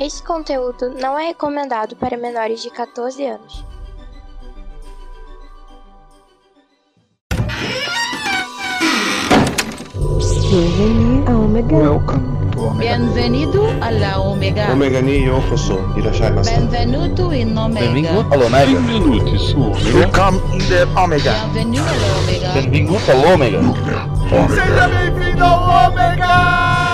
Esse conteúdo não é recomendado para menores de 14 anos. Bienvenue à Omega. Welcome to Omega. Bienvenido a la Omega. Omega ni yokoso irashaimasa. Benvenuto in Omega. Bem-vindo. Alô, Omega. Welcome in the Omega. Bienvenido a la Omega. Bem-vindo, alô, Omega. Seja bem-vindo ao Omega!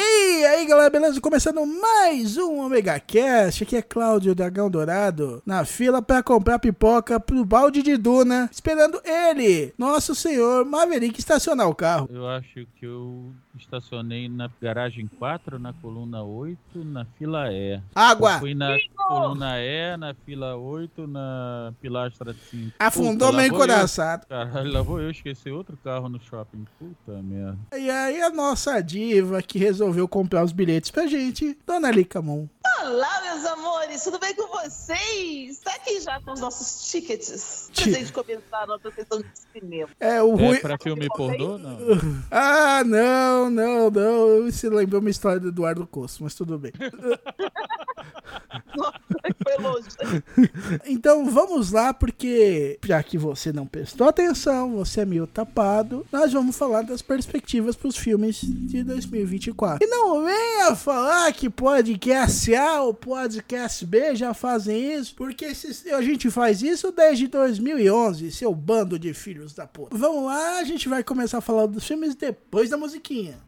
E aí, galera, beleza? Começando mais um Omega Cast. Aqui é Cláudio Dragão Dourado, na fila pra comprar pipoca pro balde de Duna, esperando ele, nosso senhor Maverick, estacionar o carro. Eu acho que eu estacionei na garagem 4, na coluna 8, na fila E. Eu Água! Fui na coluna E, na fila 8, na pilastra 5. Afundou Puta, lá meu vou eu. encoraçado. Caralho, lá vou eu esquecer outro carro no shopping. Puta merda. E aí, a nossa diva que resolveu comprar os bilhetes pra gente, Dona Licamon. Olá, meus amores, tudo bem com vocês? Está aqui já com os nossos tickets Ti- pra gente começar a nossa sessão de cinema. É, o Rui. É pra filme pornô, não? Ah, não, não, não. Você lembrou uma história do Eduardo Costa, mas tudo bem. Nossa, foi longe. Então vamos lá, porque já que você não prestou atenção, você é meio tapado, nós vamos falar das perspectivas para os filmes de 2024. E não venha falar que podcast A ou podcast B já fazem isso, porque esses- a gente faz isso desde 2011, seu bando de filhos da puta. Vamos lá, a gente vai começar a falar dos filmes depois da musiquinha.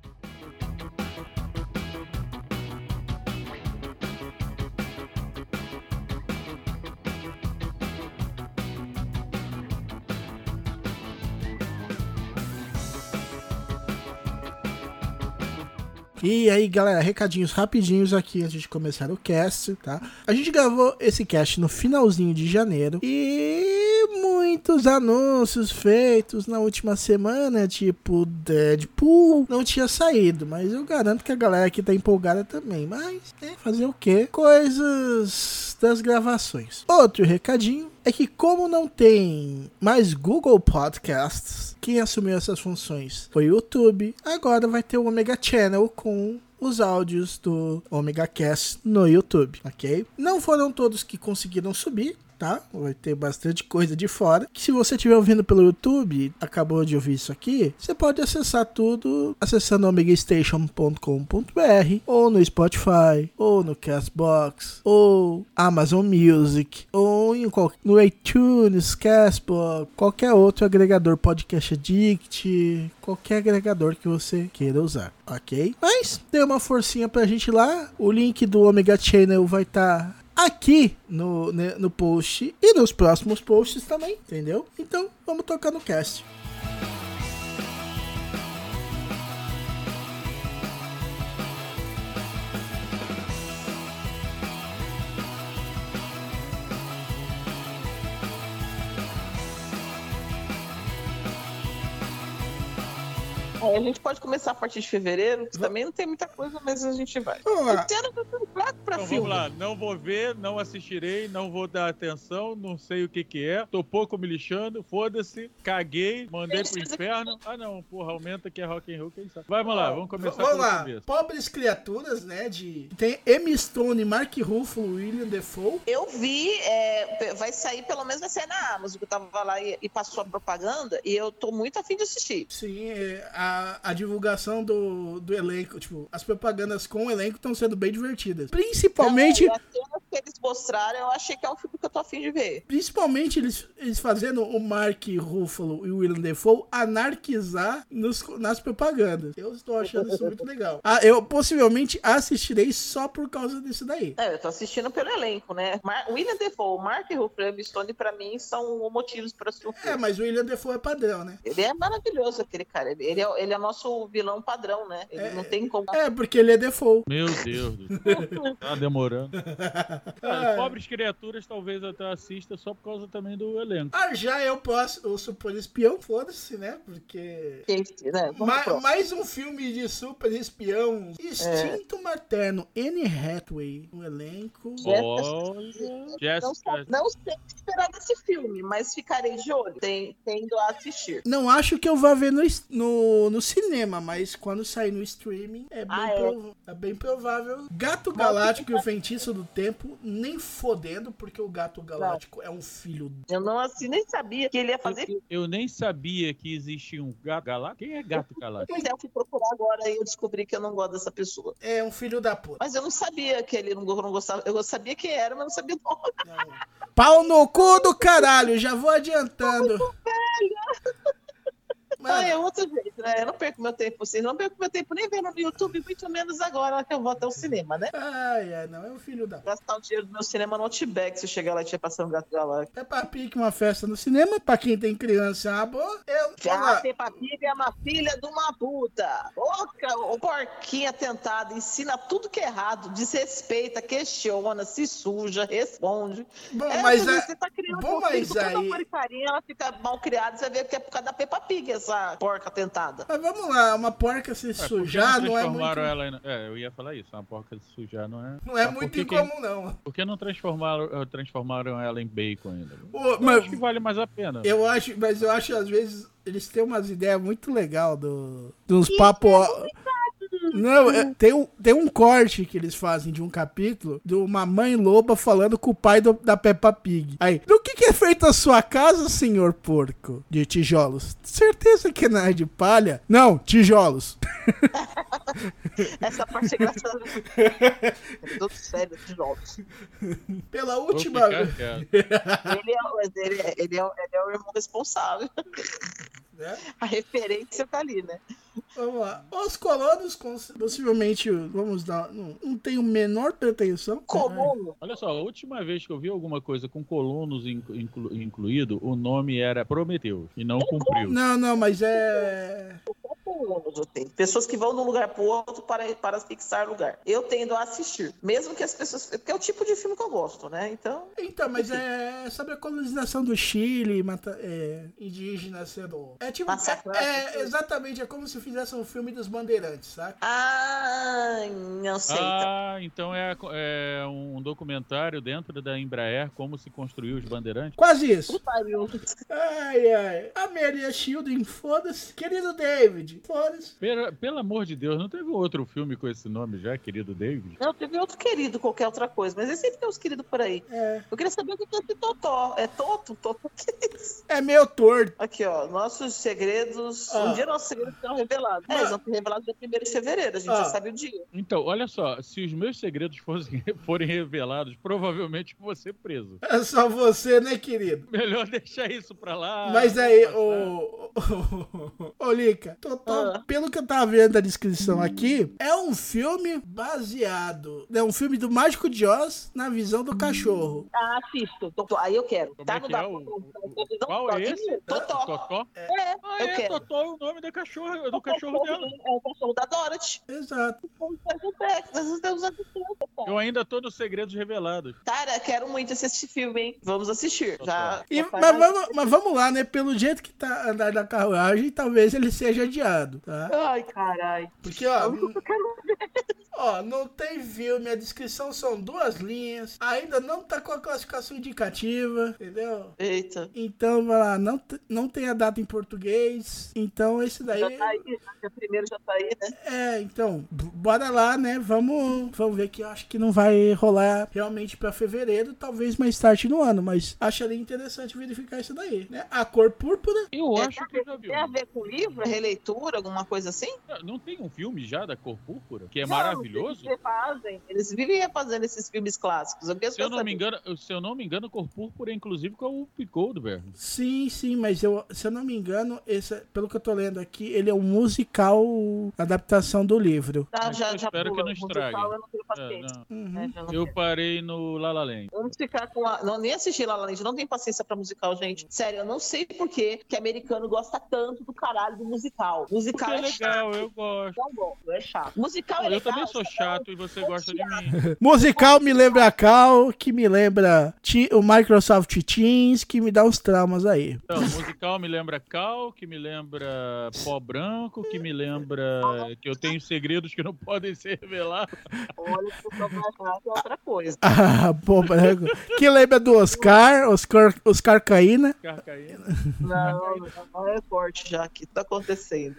E aí, galera, recadinhos rapidinhos aqui antes de começar o cast, tá? A gente gravou esse cast no finalzinho de janeiro e muitos anúncios feitos na última semana, tipo Deadpool, não tinha saído, mas eu garanto que a galera aqui tá empolgada também. Mas, né, fazer o quê? Coisas das gravações. Outro recadinho é que como não tem mais Google Podcasts, quem assumiu essas funções foi o YouTube. Agora vai ter o Omega Channel com os áudios do Omega Cast no YouTube, ok? Não foram todos que conseguiram subir, tá? Vai ter bastante coisa de fora. Que se você estiver ouvindo pelo YouTube, acabou de ouvir isso aqui, você pode acessar tudo acessando omegastation.com.br ou no Spotify, ou no Castbox, ou Amazon Music, ou em qual... no iTunes, Castbox, qualquer outro agregador Podcast Addict, qualquer agregador que você queira usar, ok? Mas dê uma forcinha pra gente lá. O link do Omega Channel vai tá estar aqui no, né, no post e nos próximos posts também, entendeu? Então vamos tocar no cast. É, a gente pode começar a partir de fevereiro, que também não tem muita coisa, mas a gente vai. Vamos lá. Esse ano tá tudo fraco pra Então filme. vamos lá, não vou ver, não assistirei, não vou dar atenção, não sei o que que é, tô pouco me lixando, foda-se, caguei, mandei pro inferno. Ah não, porra, aumenta que é rock and roll, quem sabe. Vamos lá, vamos começar Vamos pelo lá. começo. Pobres criaturas, né? De tem Emmy Stone, Mark Ruffalo, William Defoe. Eu vi, é, pe- vai sair, pelo menos vai sair na Amazon, que eu tava lá e, e passou a propaganda, e eu tô muito afim de assistir. Sim, é, a, a divulgação do, do elenco, tipo, as propagandas com o elenco estão sendo bem divertidas. Principalmente Não, e as cenas que eles mostraram, eu achei que é um filme que eu tô afim de ver. Principalmente eles, eles fazendo o Mark Ruffalo e o Willem Dafoe anarquizar nos- nas propagandas. Eu estou achando isso muito legal. Ah, eu possivelmente assistirei só por causa disso daí. É, eu tô assistindo pelo elenco, né? Mar William Defoe, Mark Ruffalo e Emma Stone, pra mim, são motivos pra assistir o É, filme. mas o William Defoe é padrão, né? Ele é maravilhoso, aquele cara. Ele ele é, ele é nosso vilão padrão, né? Ele É. não tem como. É, porque ele é Defoe. Meu Deus do céu. Tá demorando. Cara, Ah. pobres criaturas talvez até assista só por causa também do elenco. Ah, já eu posso, eu supor espião, foda-se, né? Porque. Gente, né? Vamos Ma- pro próximo. mais um filme de super espião. Instinto Materno. Anne Hathaway no elenco. Olha. Não, Jessica. sa- não sei o que esperar desse filme, mas ficarei de olho, ten- tendo a assistir. Não acho que eu vá ver no, es- no, no cinema, mas quando sair no streaming é bem, Ah, é? então- prov- é bem provável. Gato Galáctico e o Feitiço do Tempo, nem fodendo, porque o Gato Galáctico é um filho. Eu não assim, nem sabia que ele ia fazer filme, Eu nem sabia que existia um gato galáctico. Quem é gato galáctico? mas eu fui procurar agora e eu descobri que eu não gosto dessa pessoa. É um filho da puta. Mas eu não sabia que ele não, go- não gostava. Eu sabia quem era, mas não sabia o nome. Não. Pau no cu do caralho, já vou adiantando. Ah, Mano, é outro jeito, né? Eu não perco meu tempo, vocês não perco meu tempo nem vendo no YouTube, muito menos agora que eu vou até o cinema, né? ai, ai, não, é um filho da puta. Gastar o dinheiro do meu cinema no Outback se eu chegar lá e tiver passando gato galáctico. Peppa Pig, É uma festa no cinema, pra quem tem criança é uma boa. Eu, Já Olha, a Peppa Pig Ah, é uma filha de uma puta. Ô, o porquinha tentada, ensina tudo que é errado, desrespeita, questiona, se suja, responde. bom, É, mas tudo é- isso, você tá criando bom, um mas filho com tanta aí- amor e carinho, ela fica mal criada, você vê que é por causa da Peppa Pig essa porca tentada. Mas vamos lá, uma porca se É, por que não sujar não é muito, transformaram ela em- É, eu ia falar isso. Uma porca de sujar não é. não é Mas por muito que que- incomum, não. Por que não transformaram, eh, transformaram ela em bacon ainda? Ô, Eu mas, acho que vale mais a pena. eu acho, mas eu acho, às vezes, eles têm umas ideias muito legais do, de uns papos. Não, é- tem, um, tem um corte que eles fazem de um capítulo de uma mãe loba falando com o pai do- da Peppa Pig. Aí, do que, que é feita a sua casa, senhor porco? De tijolos. Certeza que não é de palha? Não, tijolos. Essa parte é engraçada. Tudo sério, de novo. Pela Vou última ficar vez. quieto. Ele é, mas ele é, ele é, o- ele é o irmão responsável. Né? A referência tá ali, né? Vamos lá. Os colonos, cons- possivelmente, vamos dar. Não, não tem o menor pretensão. Comum. Olha só, a última vez que eu vi alguma coisa com colonos inclu- inclu- incluído, o nome era Prometeu e não cumpriu. Não, não, mas é. cômodo tem. Pessoas que vão de um lugar pro outro para, para fixar lugar. Eu tendo a assistir. Mesmo que as pessoas. Porque é o tipo de filme que eu gosto, né? Então. Então, mas é sobre a colonização do Chile, mata... é, indígena sendo. É tipo. Massacrado. É, é exatamente, é como se fizesse um filme dos bandeirantes, saca? Ah, não sei. então. Ah, então é, a co- é um documentário dentro da Embraer, como se construiu os bandeirantes? Quase isso. Pariu. Ai, ai. A Maria Shielding, foda-se. Querido David, foda-se. Pera- pelo amor de Deus, não teve outro filme com esse nome já, querido David? Não, teve outro querido, qualquer outra coisa, mas esse sempre tem uns queridos por aí. É. Eu queria saber o que é esse Totó. É Toto? Toto que é isso? É meio torto. Aqui, ó. Nossos segredos. Ah. Um dia nossos segredos serão revelados. É, Mas- eles vão ser revelados dia 1 de fevereiro, a gente Ah. já sabe o dia. Então, olha só, se os meus segredos fossem, forem revelados, provavelmente eu vou ser preso. É só você, né, querido? Melhor deixar isso pra lá. né? Mas aí, passar. ô. ô, ô, Ô, Lica, total, Ah. pelo que eu tava vendo da descrição aqui, é um filme baseado. É um filme do Mágico de Oz na visão do cachorro. Ah, assisto. Totó. Aí eu quero. Como tá é no que da é o- o- qual é esse? Totó. Totó? É, Ah, eu é, quero. Totó é o nome da cachorra, do cachorro cachorro dela. É o cachorro da Dorothy. Exato. Como faz o Tex, nós temos a Eu ainda tô nos segredos revelados. Cara, quero muito assistir filme, hein? Vamos assistir. Já, E- já faz mas, aí. vamos, mas vamos lá, né? Pelo jeito que tá andar da carruagem, talvez ele seja adiado, tá? Ai, caralho. Porque, ó, Eu quero- ó, não tem filme, a descrição são duas linhas, ainda não tá com a classificação indicativa, entendeu? Eita. Então, vai lá, não, te- não tem a data em português, então esse daí... Já tá aí, né? Dia primeiro já tá aí, né? É, então, b- bora lá, né? Vamos, vamos ver que eu acho que não vai rolar realmente pra fevereiro, talvez mais tarde no ano, mas acharia interessante verificar isso daí, né? A cor púrpura, Eu É, acho que eu já vi. Tem Ah, a ver com livro, releitura, é alguma coisa assim? Não tem um filme já da cor púrpura? Que é Não, maravilhoso. Eles refazem, eles vivem fazendo esses filmes clássicos. Eu quero Se eu não saber. me engano, se eu não me engano, Cor Púrpura, inclusive, com o Picold, velho. Sim, sim, mas eu, se eu não me engano, esse, pelo que eu tô lendo aqui, ele é um musical adaptação do livro. Tá, Mas já, eu já espero que pula. não Musical, estrague. Eu não tenho É, paciência. não. Uhum. né, já não Eu parei no La La Land. Vamos ficar com a... Não, nem assisti La La Land, não tem paciência pra musical, gente. Sério, eu não sei por que que americano gosta tanto do caralho do musical. Porque Musical é é legal, chato. eu gosto. Não gosto, é chato. Musical é Eu legal. também sou sabe? chato e você gosta de mim. Musical me lembra a Cal, que me lembra ti- o Microsoft Teams, que me dá uns traumas aí. Então, musical me lembra Cal, que me lembra Pó Branco, que me lembra que eu tenho segredos que não podem ser revelados. Olha, o pessoal vai falar que é outra coisa. Ah, pô, branco. Que lembra do Oscar, Oscar, Oscar Caína. Carcaína. Não, não é forte já que tá acontecendo.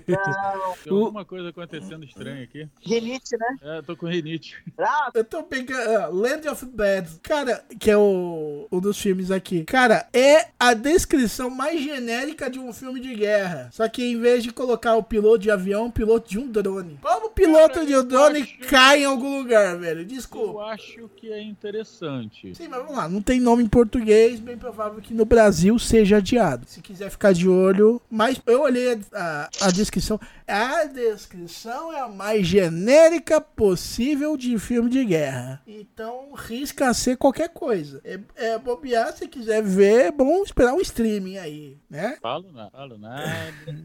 Tem alguma coisa acontecendo estranha aqui. Renite, né? É, eu tô com rinite. Ah, Eu tô pegando. uh, Land of Bad. Cara, que é o, um dos filmes aqui. Cara, é a descrição mais genérica de um filme de guerra. Só que em vez de colocar o piloto de avião, o piloto de um drone. Como o piloto de um drone cai em algum lugar, velho? Eu Desculpa. acho que é interessante. Sim, mas vamos lá. Não tem nome em português. Bem provável que no Brasil seja adiado. Se quiser ficar de olho. Mas eu olhei a, a, a descrição. A descrição é a mais genérica possível de filme de guerra. Então risca a ser qualquer coisa. É, é bobear. Se quiser ver, é bom esperar um streaming aí, né? Falo nada, falo nada.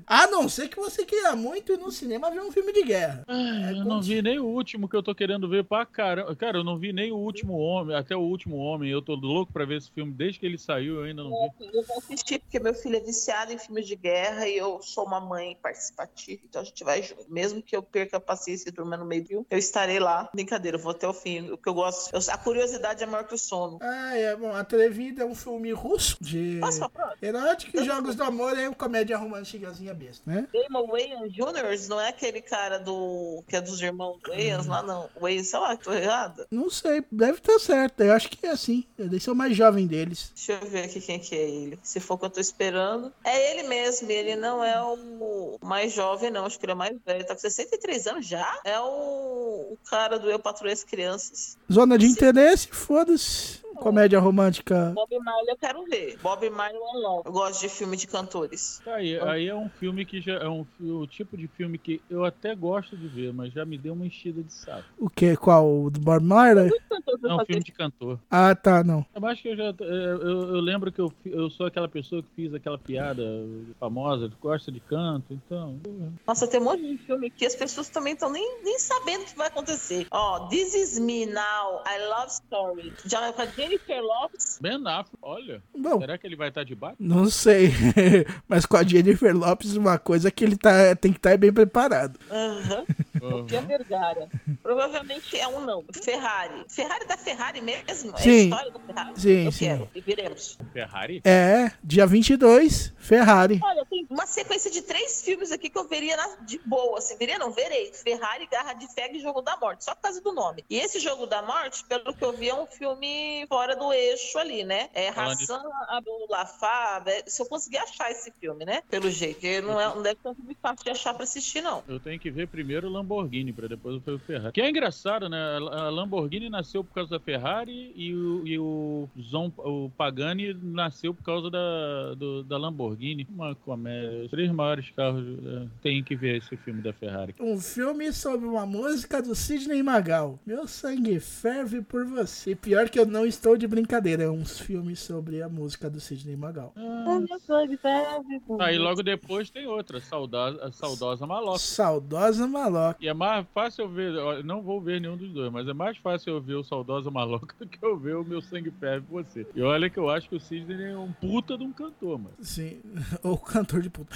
A não ser que você queira muito ir no cinema ver um filme de guerra. É Eu não vi nem o último que eu tô querendo ver pra caramba. Cara, eu não vi nem o último homem, até o último homem. Eu tô louco pra ver esse filme desde que ele saiu, eu ainda não vi. eu vou assistir porque meu filho é viciado em filmes de guerra e eu sou uma mãe participativa, então a gente vai junto. Mesmo que eu perca a paciência e durma no meio, viu? eu estarei lá. Brincadeira, eu vou até o fim. O que eu gosto, eu- a curiosidade é maior que o sono. Ah, é bom. Atrevida é um filme russo de. Posso pra próxima? Erótico e Jogos do Amor é uma comédia românticazinha besta, né? Damon Wayans Jr. não é aquele cara do que é dos irmãos Wayans lá, não. Wayans, sei lá, tô errada. Não sei, deve estar certo. Eu acho que é assim. Eles são mais jovem deles. Deixa eu ver aqui quem que é ele. Se for o que eu tô esperando. É ele mesmo, ele não é o mais jovem, não. Acho que ele é mais velho. Tá com 63 anos já. É o, o cara do Eu Patrulho as Crianças. Zona de interesse, foda-se. Comédia romântica. Bob Marley eu quero ver. Bob Marley Alone. Eu gosto de filme de cantores. Tá aí, aí é um filme que já é um fi- o tipo de filme que eu até gosto de ver, mas já me deu uma enchida de saco. O quê? Qual? O do Bob Marley? Cantores É um fazer- filme de cantor. Ah, tá, não. Eu acho que eu já é, eu, eu lembro que eu, fi- eu sou aquela pessoa que fiz aquela piada famosa, que gosta de canto, então. Nossa, tem um monte de filme que as pessoas também estão nem, nem sabendo o que vai acontecer. Ó, This Is Me Now, I Love Story. Já é com a Jennifer Lopes. Ben Affleck, olha, Bom, será que ele vai estar de baixo? não sei. Mas com a Jennifer Lopes, uma coisa que ele tá, tem que estar bem preparado. Aham. Sofia Vergara. Provavelmente é um não. Ferrari. Ferrari da Ferrari mesmo? É a Sim. história da Ferrari? Sim, Eu sim. quero. E veremos. Ferrari? É, dia 22, Ferrari. Olha, tem uma sequência de três filmes aqui que eu veria na- de boa. Assim, veria não? Verei. Ferrari, Garra de Feg e Jogo da Morte. Só por causa do nome. E esse Jogo da Morte, pelo que eu vi, é um filme fora do eixo ali, né? É Falando de- Hassan Abdullafá. é- Se eu conseguir achar esse filme, né? Pelo jeito. Porque não, é, não deve ser um filme fácil de achar pra assistir, não. Eu tenho que ver primeiro o Lamborghini, pra depois eu ver o Ferrari. Que é engraçado, né? A a Lamborghini nasceu por causa da Ferrari e o, e o, Zon, o Pagani nasceu por causa da, do- da Lamborghini. Uma comédia. Os três maiores carros. eh, Tem que ver esse filme da Ferrari. Um filme sobre uma música do Sidney Magal. Meu sangue ferve por você. Pior que eu não estou de brincadeira. É uns filmes sobre a música do Sidney Magal. Aí Uhum. logo depois tem outra, saudosa, a saudosa maloca. Saudosa maloca. E é mais fácil eu ver, ó, eu não vou ver nenhum dos dois, mas é mais fácil eu ver o Saudosa Maloca do que eu ver o meu sangue ferve por você. E olha que eu acho que o Sidney é um puta de um cantor, mano. Sim. Ou cantor de puta.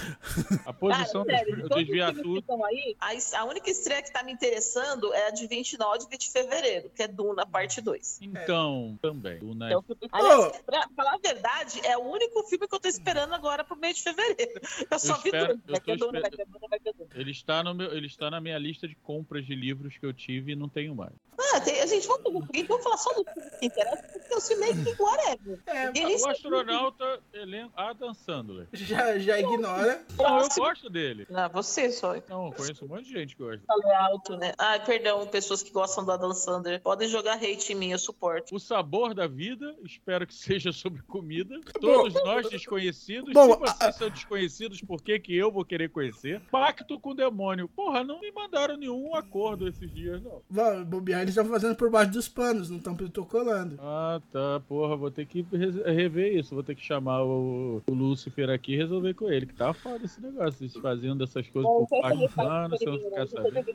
A Cara, posição sério, de dos, dos todos os filmes que viaturas. estão aí, a, es- a única estreia que tá me interessando é a de 29 e 20 de fevereiro, que é Duna, parte 2. Então, também. O Nai- Então, aliás, pra falar a verdade, é o único filme que eu tô esperando agora pro mês de fevereiro. Eu só vi espero- Duna. eu Vai ter tô Duna, vai ter Duna, vai ter Duna. ele, está no meu, ele está na minha lista de compras de livros que eu tive e não tenho mais. Ah, tem, a gente vamos, então vamos falar só do filme que interessa, porque os filmes meio que whatever. É, Ninguém nem O sabe. astronauta elenco Adam Sandler. já, já ignora. Não, eu gosto dele. Não, Ah, você só. Não, eu conheço um monte de gente que gosta. Falei alto, né? Ah, perdão, pessoas que gostam do Adam Sandler. Podem jogar hate em mim, eu suporto. O sabor da vida, espero que seja sobre comida. Todos nós desconhecidos. Bom, Se vocês são desconhecidos, por que, que eu vou querer conhecer? Pacto com o demônio. Porra, não me mandaram nenhum acordo esses dias, não. Vão bobear, eles estão fazendo por baixo dos panos, não estão protocolando. Ah, tá. Porra, vou ter que re- rever isso. Vou ter que chamar o, o Lúcifer aqui e resolver com ele, que tá foda esse negócio. Eles fazendo essas coisas por pago plano, você não ficar sabendo.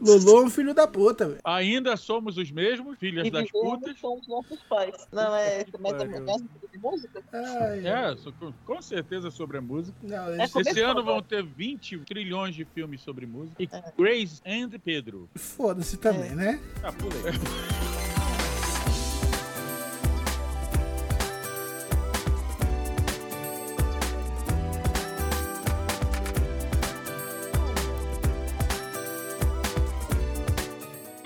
Lulu é um filho da puta, velho. Ainda somos os mesmos, filhas E das vivemos putas. com os nossos pais. Não, é. Que Começa a pariu. mudança de música? Ai, ai. É, so- com- com certeza sobre a música. Não, É eles- como- Esse Começou, ano né? vão ter 20 trilhões de filmes sobre música. E Grace and Pedro. foda-se também, né? Ah, pulei.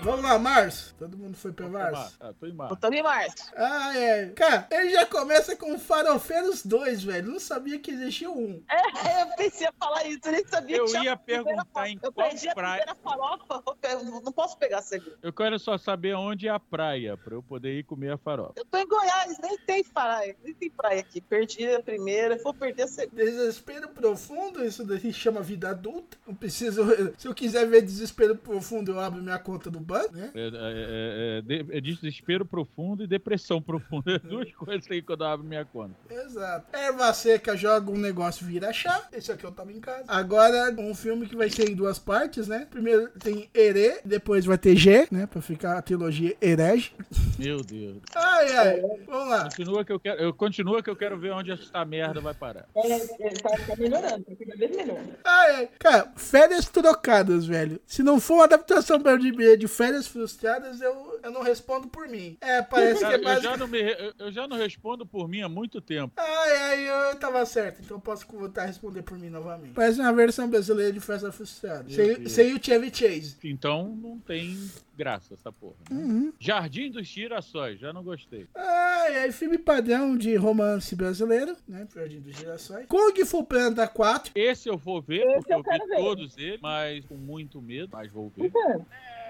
Vamos lá, Mars. Todo mundo foi pra Mars. Ah, tô em mar. Botando em março. Ah, é. Cara, ele já começa com Farofeiros 2, velho. Não sabia que existia um. É, eu pensei em falar isso, eu nem sabia Eu que tinha ia a primeira perguntar farofa. em Eu qual perdi a praia- primeira farofa, eu pe- não posso pegar a segunda. Eu quero só saber onde é a praia, pra eu poder ir comer a farofa. Eu tô em Goiás, nem tem praia, nem tem praia aqui. Perdi a primeira, vou perder a segunda. Desespero profundo, isso daí chama vida adulta. Não preciso. Se eu quiser ver desespero profundo, eu abro minha conta do banco, né? É, é- é- é de- é desespero profundo e depressão profunda. É Duas coisas aí quando eu abro minha conta. Exato. Erva seca joga um negócio vira chá. Esse aqui eu tava em casa. Agora, um filme que vai ser em duas partes, né? Primeiro tem Ere, depois vai ter G, né? Pra ficar a trilogia Herege. Meu Deus. Ai, ai. Vamos lá. Continua que eu quero, eu, continua que eu quero ver onde essa merda vai parar. Tá, tá melhorando, tá cada vez melhor. Ai, ai. Ah, é. Cara, férias trocadas, velho. Se não for uma adaptação para o DBA de férias frustradas, eu, eu não respondo por mim. É, parece Cara, que é eu, mais. já não me re- eu- eu já não respondo por mim há muito tempo. Ai, ai, eu tava certo, então eu posso voltar a responder por mim novamente. Parece uma versão brasileira de festa frustrada. Sem, Deus. sem o Chevy Chase. Então não tem graça essa porra. né? Jardim dos Girassóis, já não gostei. Ai, ai, filme padrão de romance brasileiro, né? Jardim dos Girassóis. Kung Fu Panda 4. Esse eu vou ver, Esse porque eu eu, vi quero ver. todos eles, mas com muito medo, mas vou ver.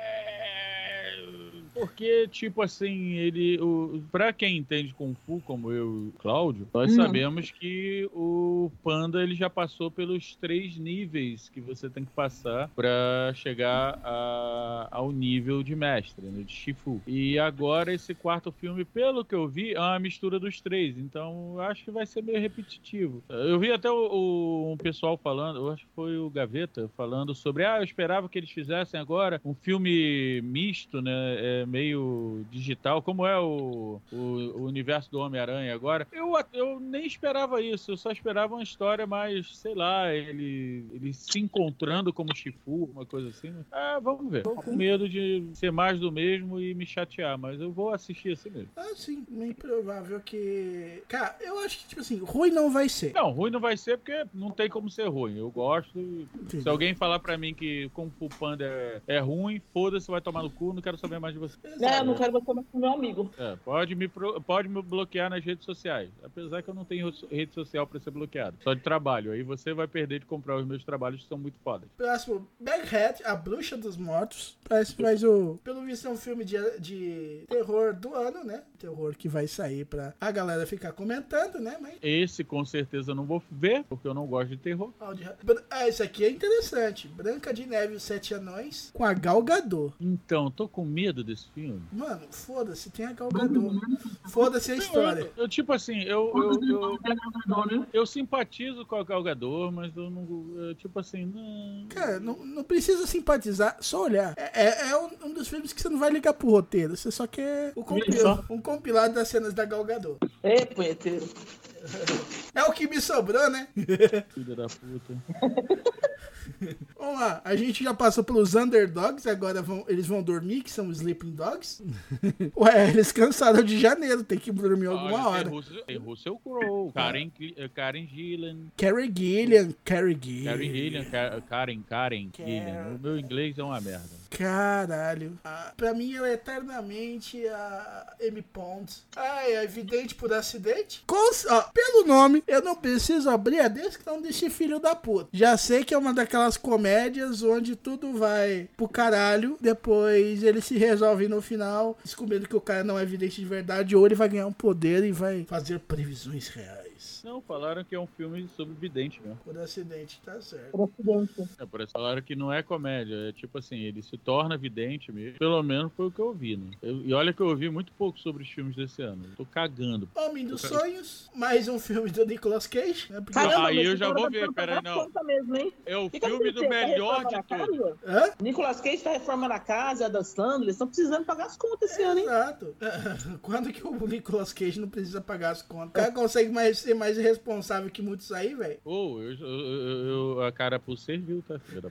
É, Porque, tipo assim, ele. O, pra quem entende Kung Fu, como eu e o Cláudio, nós Hum. sabemos que o Panda ele já passou pelos três níveis que você tem que passar pra chegar a- ao nível de mestre, né, de Shifu. E agora, esse quarto filme, pelo que eu vi, é uma mistura dos três. Então, eu acho que vai ser meio repetitivo. Eu vi até o- o- um pessoal falando, eu acho que foi o Gaveta, falando sobre. Ah, eu esperava que eles fizessem agora um filme misto, né? é, meio digital, como é o, o, o universo do Homem-Aranha agora. Eu, a- eu nem esperava isso, eu só esperava uma história mais, sei lá, ele, ele se encontrando como Shifu, uma coisa assim. Ah, vamos ver. Tô com medo de ser mais do mesmo e me chatear, mas eu vou assistir assim mesmo. Ah, sim, meio provável que. Cara, eu acho que, tipo assim, ruim não vai ser. Não, ruim não vai ser porque não tem como ser ruim. Eu gosto e Entendeu? Se alguém falar pra mim que Kung Fu Panda é, é ruim, foda-se, vai tomar no cu, não quero saber mais de você. Não, É, eu não quero você mais com meu amigo. É, pode, me, pro- pode me bloquear nas redes sociais. Apesar que eu não tenho so- rede social pra ser bloqueado. Só de trabalho. Aí você vai perder de comprar os meus trabalhos que são muito fodas. Próximo, um Baghead, A Bruxa dos Mortos. Parece que mais o. Pelo visto é um filme de, de terror do ano, né? Terror que vai sair pra a galera ficar comentando, né? Mas. Esse com certeza eu não vou ver, porque eu não gosto de terror. ó, de- Br- Ah, esse aqui é interessante. Branca de Neve e os Sete Anões com a Gal Gadot. Então, tô com medo desse filme. Mano, foda-se, tem a Gal Gadot. Foda-se a história. Eu, eu, tipo assim, eu, eu, eu, eu simpatizo com a Galgador, mas eu não. eu, tipo assim, não. Cara, não, não precisa simpatizar, só olhar. É, é- é um, um dos filmes que você não vai ligar pro roteiro, você só quer o compilado, um compilado das cenas da Gal Gadot. É, punheteiro. É o que me sobrou, né? Filha da puta. Vamos lá, a gente já passou pelos underdogs, agora vão- eles vão dormir, que são os sleeping dogs. Ué, eles cansaram de janeiro, tem que dormir alguma Olha, hora. Tem Russell, tem Russell Crowe, Karen, Cli- eh, Karen Gillan, Carrie Gilliam, Carrie Gilliam. Karen Gillan, Ka- Karen, Karen Karen. Gillan. O meu inglês é uma merda. Caralho. Ah, pra mim ela é eternamente a M. Pond. Ah, é evidente por acidente? Cons- ó, pelo nome, eu não preciso abrir a descrição desse filho da puta. Já sei que é uma daquelas comédias onde tudo vai pro caralho, depois ele se resolve no final, descobrindo que o cara não é evidente de verdade, ou ele vai ganhar um poder e vai fazer previsões reais. Não, falaram que é um filme sobre vidente mesmo. Por acidente, tá certo. É, parece que falaram que não é comédia. É tipo assim, ele se torna vidente mesmo. Pelo menos foi o que eu vi, né? Eu- e olha que eu ouvi muito pouco sobre os filmes desse ano. Eu tô cagando. Homem dos Sonhos, mais um filme do Nicolas Cage. Né? Porque- Caramba, Aí eu mas já o vou cara ver, tá peraí, reformando a não. casa Mesmo, hein? É o Que que filme aconteceu? do Tá melhor reformando de a todos. casa? Hã? Nicolas Cage tá reformando a casa, a Dan Sandler, eles estão precisando pagar as contas esse ano, hein? Exato. Quando que o Nicolas Cage não precisa pagar as contas? O cara consegue mais, ser mais irresponsável que muitos aí, velho? Ou eu, eu- eu- a cara por serviu, tá? Filha da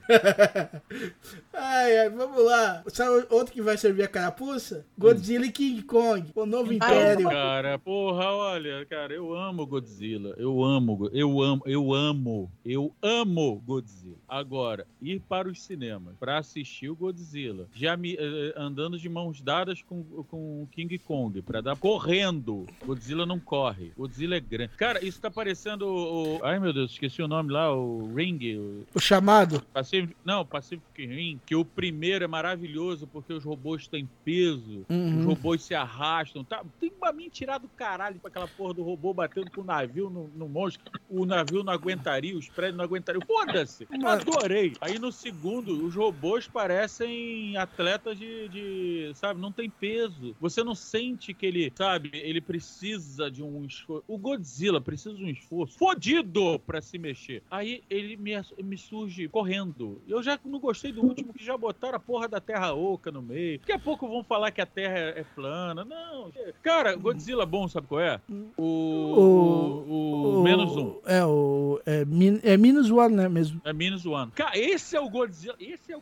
Ai, ai, vamos lá. Sabe outro que vai servir a carapuça? Godzilla e King Kong, o novo império. Cara, porra, olha, cara, eu amo Godzilla. Eu amo, Go- eu amo, eu amo, eu amo Godzilla. Agora, ir para os cinemas para assistir o Godzilla, já me eh, andando de mãos dadas com com o King Kong para dar correndo. Godzilla não corre. Godzilla é grande. Cara, isso tá parecendo o, o- ai meu Deus, esqueci o nome lá, o Ring, o o chamado? Pacific, não, Pacific Rim, que o primeiro é maravilhoso porque os robôs têm peso. Os robôs se arrastam. Tá? Tem uma mentira do caralho pra aquela porra do robô batendo com o navio no, no monstro. O navio não aguentaria, os prédios não aguentariam. Foda-se! Adorei! Aí no segundo, os robôs parecem atletas de, de, Sabe, não tem peso. Você não sente que ele, sabe, ele precisa de um esforço. O Godzilla precisa de um esforço fodido pra se mexer. Aí ele me, ass- me surge correndo. Eu já não gostei do último que já botaram a porra da Terra Oca no meio. Daqui a pouco vão falar que a Terra é, é plana. Não. Cara, Godzilla bom, sabe qual é? O. O. o menos um. É, o. É, min, é minus one, né? Mesmo. É Minus One. Cara, esse é o Godzilla. Esse é o.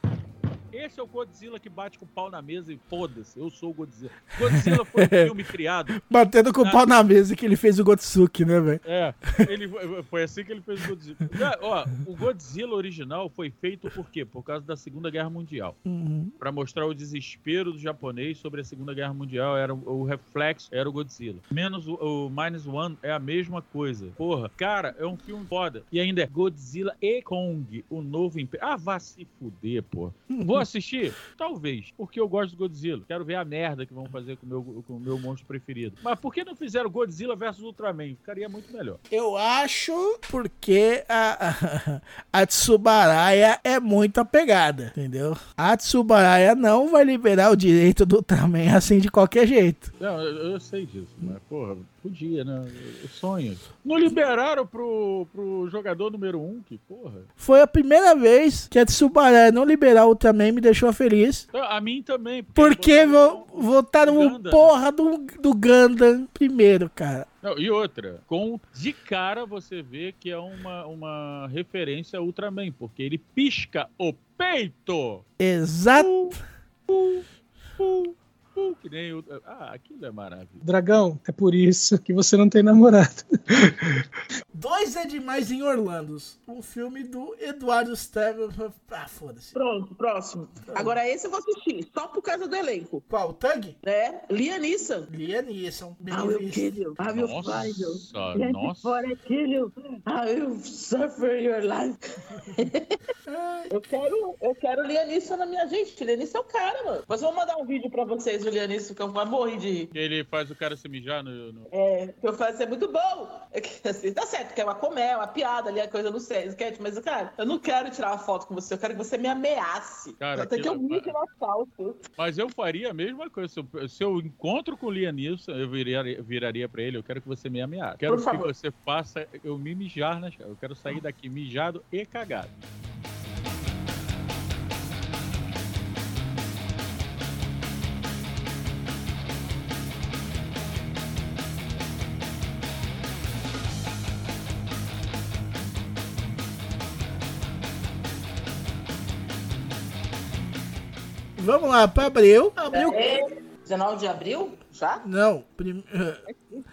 Esse é o Godzilla que bate com o pau na mesa e foda-se, eu sou o Godzilla. Godzilla foi um filme criado. Batendo com o Ah. pau na mesa que ele fez o Gotsuki, né, velho? É, ele, foi assim que ele fez o Godzilla. Cara, ó, o Godzilla original foi feito por quê? Por causa da Segunda Guerra Mundial. Uhum. Pra mostrar o desespero do japonês sobre a Segunda Guerra Mundial, era o, o reflexo era o Godzilla. Menos o, o Minus One é a mesma coisa. Porra, cara, é um filme foda. E ainda é Godzilla e Kong, o novo império. Ah, vá se fuder, porra. Vou assistir? Talvez, porque eu gosto do Godzilla. Quero ver a merda que vão fazer com o meu, com o meu monstro preferido. Mas por que não fizeram Godzilla versus Ultraman? Ficaria muito melhor. Eu acho porque a, a, a Tsubaraya é muito apegada, entendeu? A Tsubaraya não vai liberar o direito do Ultraman assim de qualquer jeito. Não, eu, eu sei disso, mas, porra, podia, né? Eu sonho. Não liberaram pro, pro jogador número um, que porra. Foi a primeira vez que a Tsubaraya não liberar o Ultraman me deixou feliz. Não, Então, A mim também. Porque vo- botaram- votaram um Gundam. porra do, do Gundam primeiro, cara. Não, e outra, com de cara você vê que é uma, uma referência a Ultraman, porque ele pisca o peito. Exato. Pum, pum, que nem o... Ah, aquilo é maravilhoso. Dragão, é por isso que você não tem namorado. Dois é demais em Orlando. Um filme do Eduardo Steven. Ah, foda-se. Pronto, próximo. Agora esse eu vou assistir, só por causa do elenco, Qual? Tug? né? Liam Neeson. Liam Neeson. I will kill you. I will find you. Nossa, Yes, nossa. before I kill you, I will suffer your life. eu quero, eu quero o Lianisson na minha gente. O Lianisson é o cara, mano. Mas eu vou mandar um vídeo pra vocês do Lianisson, que eu vou morrer de. Ele faz o cara se mijar no... no- É, que eu faço é muito bom. É que, assim, tá certo, que é uma comédia, uma piada ali, a coisa não sei, esquete, mas, cara, eu não quero tirar uma foto com você, eu quero que você me ameace. Cara, Até que um eu aquilo- é vi que eu assalto. Mas eu faria a mesma coisa. Se eu, se eu encontro com o Lianilson, eu viraria, viraria pra ele, eu quero que você me ameace. Quero Por que favor. você faça eu me mijar nas... Eu quero sair daqui mijado e cagado. Vamos lá, pra abril. Abril. É, 19 de abril? Já? Não. Prim...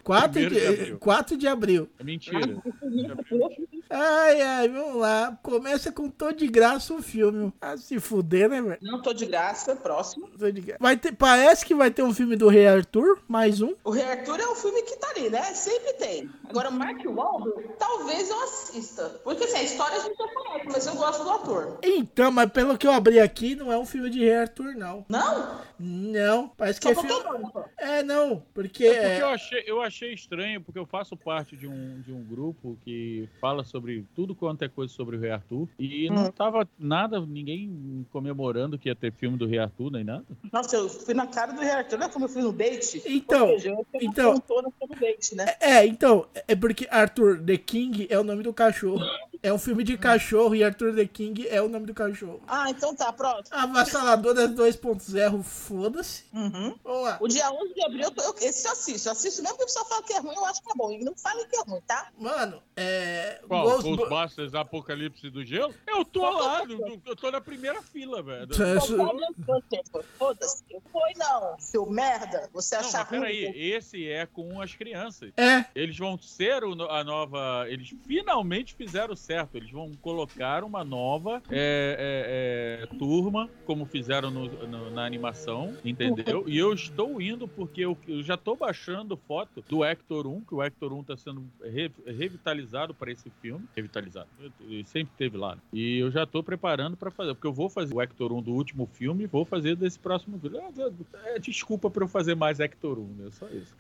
4, Primeiro de... de abril. 4 de abril. É mentira. Ai, ai, vamos lá. Começa com Tô de Graça o filme. Ah, se fuder, né, velho? Não tô de graça, próximo. Tô de Graça. Vai ter... Parece que vai ter um filme do Rei Arthur, mais um. O Rei Arthur é um filme que tá ali, né? Sempre tem. Agora, Mark Wahlberg, talvez eu assista. Porque assim, a história a gente já conhece, mas eu gosto do ator. Então, mas pelo que eu abri aqui, não é um filme de Rei Arthur, não. Não? Não, parece que Só é faltou filme... o nome, só. É, não, porque... É porque eu É achei, eu achei estranho, porque eu faço parte de um, de um grupo que fala sobre tudo quanto é coisa sobre o Rei Arthur. E não Hum. tava nada, ninguém comemorando que ia ter filme do Rei Arthur, nem nada. Nossa, eu fui na cara do Rei Arthur, né? Como eu fui no date. Então, Ou seja, eu tenho então. uma contona sobre date, né? é, então, é porque Arthur The King é o nome do cachorro. É um filme de cachorro e Arthur The King é o nome do cachorro. Ah, então tá, próximo. Avassaladora 2.0, foda-se. Uhum. Vamos lá. O dia 11 de abril, eu, tô- eu- esse eu assisto. Eu assisto mesmo que o pessoal fala que é ruim, eu acho que é bom. E não falem que é ruim, tá? Mano, é. Qual? Ghost- Ghostbusters Apocalipse do Gelo? Eu tô lá, no- eu tô na primeira fila, velho. Isso é- isso- Só vale o tempo. Foda-se. Eu fui, não. Seu merda, você Não, achar mas ruim. né? peraí, esse é com as crianças. É, Eles vão ser o no- a nova. Eles finalmente fizeram certo. Eles vão colocar uma nova é, é, é, turma, como fizeram no- no- na animação, entendeu? E eu estou indo porque eu, eu já estou baixando foto do Hector 1, que o Hector 1 está sendo re- revitalizado para esse filme. Revitalizado. Ele sempre teve lá. né? E eu já estou preparando para fazer, porque eu vou fazer o Hector 1 do último filme e vou fazer desse próximo filme. É, é, desculpa para eu fazer mais Hector 1, né? Só isso.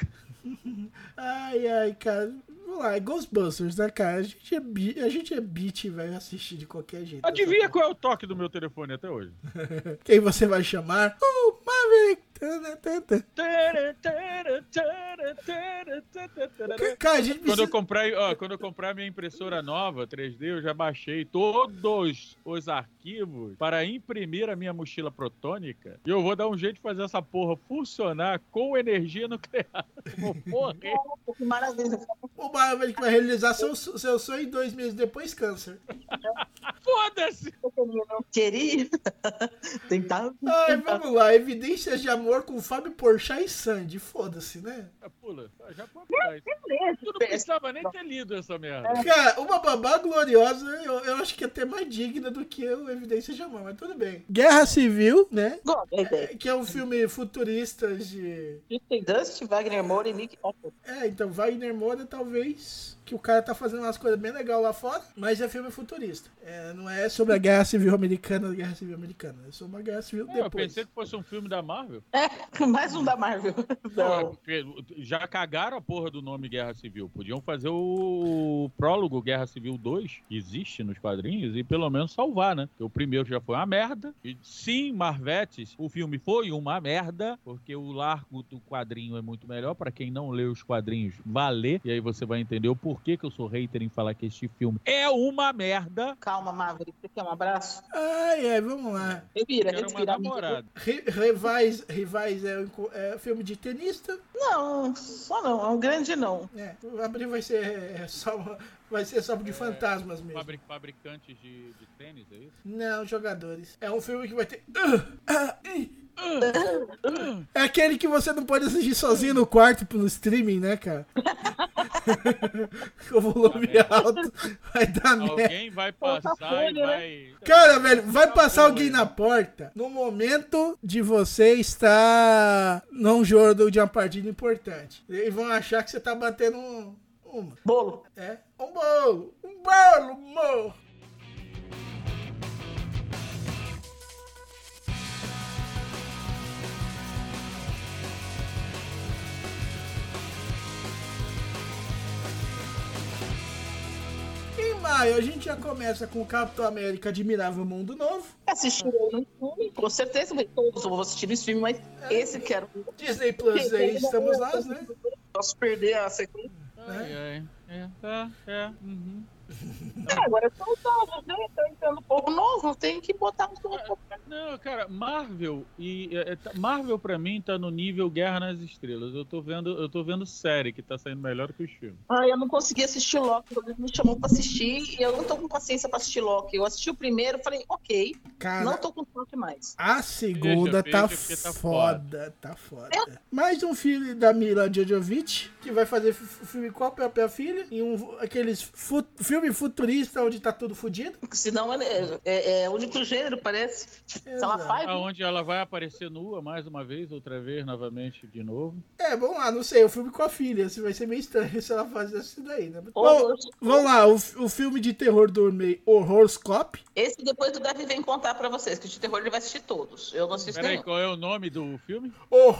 Ai, ai, cara. Vamos lá, é Ghostbusters, né, cara? A gente é, bi... a gente é beat, velho, assistir de qualquer jeito. tá Adivinha qual é o toque do meu telefone até hoje? Quem você vai chamar? Oh, Maverick! Tana, tana, tana. Cara, a gente Quando precisa... eu comprar, ó, quando eu comprar minha impressora nova 3D, eu já baixei todos os arquivos para imprimir a minha mochila protônica. E eu vou dar um jeito de fazer essa porra funcionar com energia nuclear. Vou morrer. Nossa, Que maravilha. O Maverick vai realizar seu, so- seu sonho e dois meses depois câncer. Foda-se! Queria tentar. Ai, vamos lá. Evidências de amor com Fábio Porchat e Sandy. Foda-se, né? Ah, Pula, Ah, já pode pular isso. Tu não precisava nem ter lido essa merda. Cara, uma babá gloriosa, eu, eu acho que é até mais digna do que o Evidência de Amor, mas tudo bem. Guerra Civil, né? Gosto da ideia. Que é um filme futurista de. Kirsten Dust, Wagner Moura e Nick Offer. É, então Wagner Moura, talvez. Que o cara tá fazendo umas coisas bem legais lá fora, mas é filme futurista. É, não é sobre a guerra civil americana, a guerra civil americana. É sobre a guerra civil Ah, eu depois. pensei que fosse um filme da Marvel. É, mais um da Marvel. Não, porque Já cagaram a porra do nome Guerra Civil. Podiam fazer o prólogo Guerra Civil 2, que existe nos quadrinhos, e pelo menos salvar, né? Porque o primeiro já foi uma merda. E sim, Marvetes, o filme foi uma merda, porque o largo do quadrinho é muito melhor. Pra quem não lê os quadrinhos, valer. E aí você vai entender o porquê que eu sou hater em falar que este filme é uma merda. Calma, Maverick. Você quer um abraço? Ai, ai, vamos lá. Revira, Era uma respira. amigo. namorada. Re- Rivais, Rivais é, um co- é filme de tenista, Não, só não. É um grande não. né? O Abril vai ser é, só, vai ser só de É, fantasmas mesmo. Fabric- Fabricantes de, de tênis, é isso? Não, jogadores. É um filme que vai ter. É aquele que você não pode assistir sozinho no quarto no streaming, né, cara? Com o volume alto. Vai dar merda. Alguém tá vai passar e vai. Cara, velho, vai passar alguém na porta no momento de você estar não jogando de uma partida importante. E vão achar que você tá batendo um- uma. Bolo. É? Um bolo! Um bolo, amor! Em maio a gente já começa com o Capitão América Admirável Mundo Novo, Assistiram Ah. um filme? Com certeza, mas todos vão assistir esse filme, mas É. esse quero. Disney Plus aí estamos nós, né? Posso perder a sequência? Ai, ai. É, tá, é. Uhum. É, agora são novos, né? Tá entrando um pouco novo, tem que botar um pouco. Não, cara, Marvel e é, é, tá- Marvel pra mim tá no nível Guerra nas Estrelas. Eu tô vendo, eu tô vendo série que tá saindo melhor que os filmes. Ah, eu não consegui assistir Loki, ele me chamou pra assistir e eu não tô com paciência pra assistir Loki. Eu assisti o primeiro, falei, ok, Cara, não tô com Loki mais. A segunda Veja, tá, veja, porque tá foda, tá foda. Mais um filho da Mila Djodovic, que vai fazer f- f- filme qual pra pra filha? E um, aqueles fu- filme futurista onde tá tudo fodido. Senão é, é, é único gênero, parece. Se ela faz, Aonde ela vai aparecer nua mais uma vez, outra vez, novamente, de novo. É, vamos lá, não sei, o filme com a filha, assim, vai ser meio estranho se ela fazer isso daí, né? Ô, Bom, ô, vamos lá, o, f- o filme de terror do Ormei, Horrorscope. esse depois do Davi vem contar pra vocês, que de terror ele vai assistir todos. Eu não assisto Peraí, nenhum. qual é o nome do filme?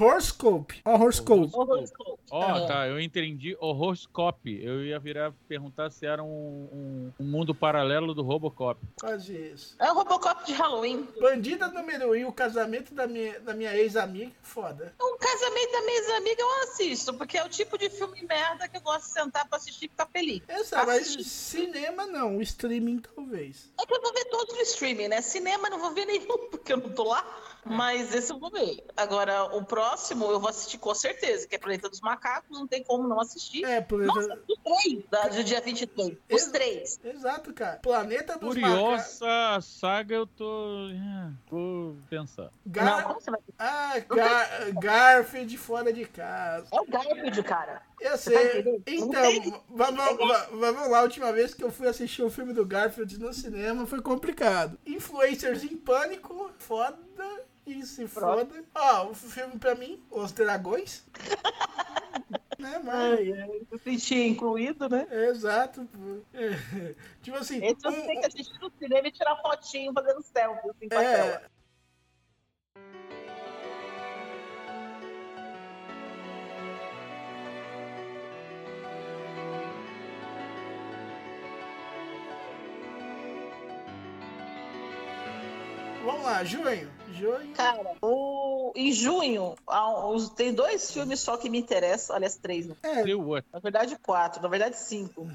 Horrorscope. Horrorscope. Horrorscope. Ó, É. tá, eu entendi horoscope. Eu ia virar perguntar se era um, um- um mundo paralelo do Robocop. Quase isso. É o Robocop de Halloween. Bandida número 1, um, o casamento da minha, da minha ex-amiga, foda. Um casamento da minha amiga eu assisto, porque é o tipo de filme merda que eu gosto de sentar pra assistir e ficar feliz. Essa, mas Assistir. cinema não, streaming talvez. É que eu vou ver todos no streaming, né? Cinema eu não vou ver nenhum, porque eu não tô lá. Mas esse eu vou ver. Agora, o próximo eu vou assistir com certeza, que é Planeta dos Macacos, não tem como não assistir. É, Planeta- Nossa, os três, da, do dia 23. Os três. Exato, cara. Planeta dos Macacos. Curiosa saga, eu tô. é, Vou pensar. Gar... Não, como você vai... Ah, Gar- Garfield fora de casa. É o Garfield, cara. Eu Você tá sei. entendendo? Então, Não tem- va- va- va- vamos lá. A última vez que eu fui assistir o filme do Garfield no cinema foi complicado. Influencers em pânico, foda. E se Pronto. foda. Ó, o filme pra mim, Os Dragões. né, mas... Ai, ai, eu senti incluído, né? Exato. pô. tipo assim, Esse eu um- tem que assistir no cinema e tirar fotinho fazendo selfie, assim, com a É. tela. é. vamos lá, junho. Junho. Cara, o... em junho, há uns- tem dois filmes só que me interessam. Aliás, três, né? É, Sei o outro. Na verdade, quatro. Na verdade, cinco.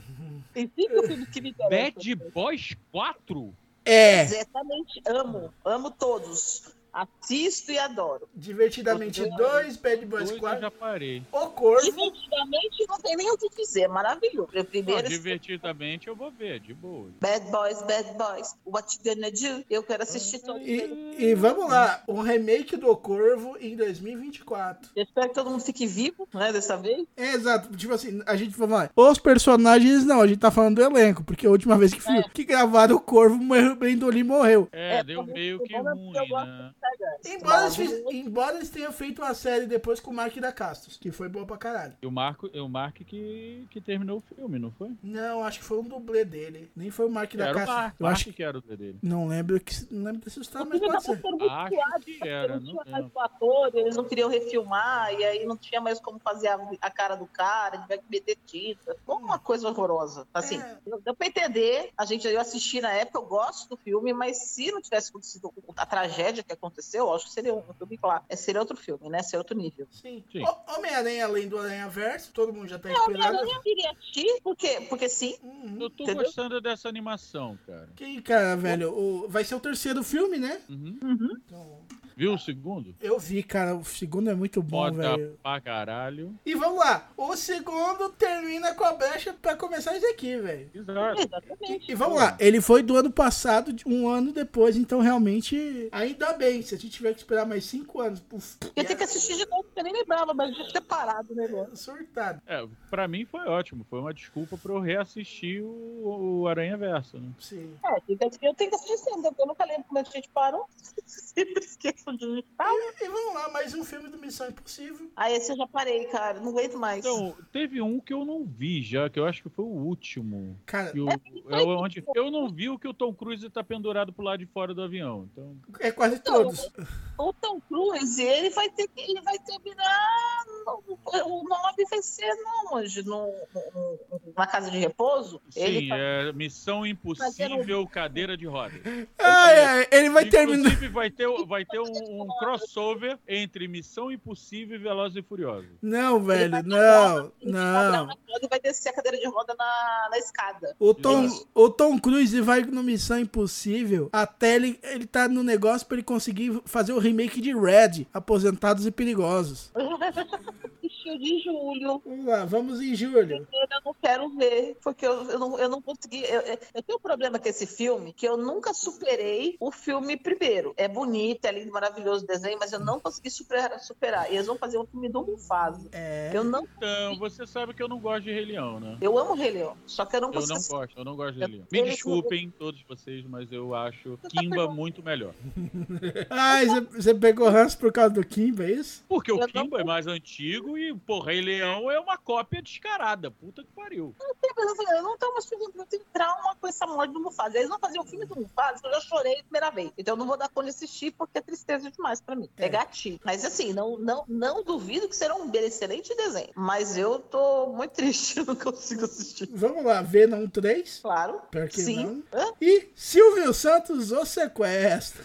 Tem cinco filmes que me interessam. Bad Boys 4? é. Exatamente. Amo. Amo todos. Assisto e adoro. Divertidamente Os 2, Bad Boys Dois eu 4, já parei. O Corvo. Divertidamente, não tem nem o que dizer. é Maravilhoso. É O Não, primeiro... divertidamente eu vou ver, de boa. Bad Boys, Bad Boys. What you gonna do? Eu quero assistir todos. Ah, E, e vamos lá, um remake do O Corvo em 2024. Eu espero que todo mundo fique vivo, né, dessa vez. É, exato, tipo assim, a gente vai falar. Os personagens não, a gente tá falando do elenco, porque a última vez que, fi- que gravaram o Corvo, o Brendolin morreu. É, É, deu tá meio muito que bom, mas ruim, eu gosto né? Embora eles, Maravilhoso. fiz- embora eles tenham feito uma série depois com o Mark da Castos, que foi boa pra caralho. E o Marco, e o Marco que, que terminou o filme, não foi? Não, acho que foi um dublê dele. Nem foi o Mark da era o Castos. Marco, Eu Marco acho que. que era o dele. Não lembro, que, não lembro desse O estado, mas filme tava pode ser. sendo muito Acho que era, não não tinha lembro. é. mais o ator, eles não queriam refilmar, e aí não tinha mais como fazer a, a cara do cara, ele vai meter tinta. Ficou uma coisa horrorosa. Assim, É. eu- deu pra entender, a gente, eu assisti na época, eu gosto do filme, mas se não tivesse acontecido a tragédia que aconteceu, eu acho que seria um filme, claro, é, seria outro filme, né? Seria outro nível. Sim. Sim. O- Homem-Aranha além do Aranha Verso, todo mundo já tá Eu não esperando. eu queria assistir, porque, porque sim, Uhum. Eu tô Entendeu? gostando dessa animação, cara. Que, cara, velho, o- vai ser o terceiro filme, né? Uhum. Então, Viu o segundo? eu vi, cara, o segundo é muito bom, Foda velho. pra caralho. E vamos lá, o segundo termina com a brecha pra começar isso aqui, velho. Exato. exatamente. E, e vamos lá, ele foi do ano passado, de um ano depois, então realmente, ainda bem, se a gente tiver que esperar mais cinco anos, puf, Eu tenho que assistir de novo, porque eu nem lembrava, mas eu tinha parado o negócio. surtado. É, pra mim foi ótimo. Foi uma desculpa pra eu reassistir o, o Aranha Verso, né? Sim. É, eu tenho que- eu tenho que assistir sempre, porque eu nunca lembro como é que a gente parou. Sempre esqueço de. Ah, E, e vamos lá, mais um filme do Missão Impossível. Ah, esse eu já parei, cara. Não aguento mais. Então, teve um que eu não vi já, que eu acho que foi o último. Cara, Que o- é o onde- eu não vi o que o Tom Cruise tá pendurado pro lado de fora do avião. Então, é quase todos. O Tom Cruise, ele vai ter que. Ele vai terminar. no- O 9 vai ser não, hoje. No, no, no- na casa de repouso, ele tá- Sim, é Missão Impossível Cadeira de Rodas. é. Ai, ai, ele vai terminar. Inclusive, vai ter, o- vai ter um, um crossover entre Missão Impossível e Velozes e Furiosos. Não, velho, não, Ah, não. ele vai descer a cadeira de roda na, na escada. O Tom, o Tom Cruise vai no Missão Impossível até ele, ele tá no negócio pra ele conseguir fazer o remake de Red, Aposentados e Perigosos. Assistiu de julho. Vamos lá, vamos em julho. Eu não quero ver, porque eu, eu não, eu não consegui. Eu, eu- eu tenho um problema com esse filme que eu nunca superei o filme primeiro. É bonito, é lindo, maravilhoso o desenho, mas eu não consegui superar. superar. E eles vão fazer um filme do Mufasa. É. Eu não. Então, você sabe que eu não gosto de Rei Leão, né? Eu amo o Rei Leão, só que eu não Eu consigo. não gosto, eu não gosto de Rei Leão. Me Eu- tá desculpem todos vocês, mas eu acho Kimba muito melhor. Ai, você- Ah, você pegou ranço por causa do Kimba, é isso? Porque o Kimba é mais antigo e, pô, Rei Leão é uma cópia descarada. Puta que pariu. Eu não tenho- Eu não tenho mais filme, eu tenho trauma com essa morte do Mufasa. Eles vão fazer o filme do Mufasa, que eu já chorei a primeira vez. Então eu não vou dar conta de assistir, porque é tristeza demais pra mim. É, gatilho. Mas assim, não, não, não duvido que será um excelente desenho. Mas eu tô muito triste, eu não consigo assistir. Vamos lá, Venom 3? Claro. Pior que Sim. não. E Silvio Santos, o sequestro.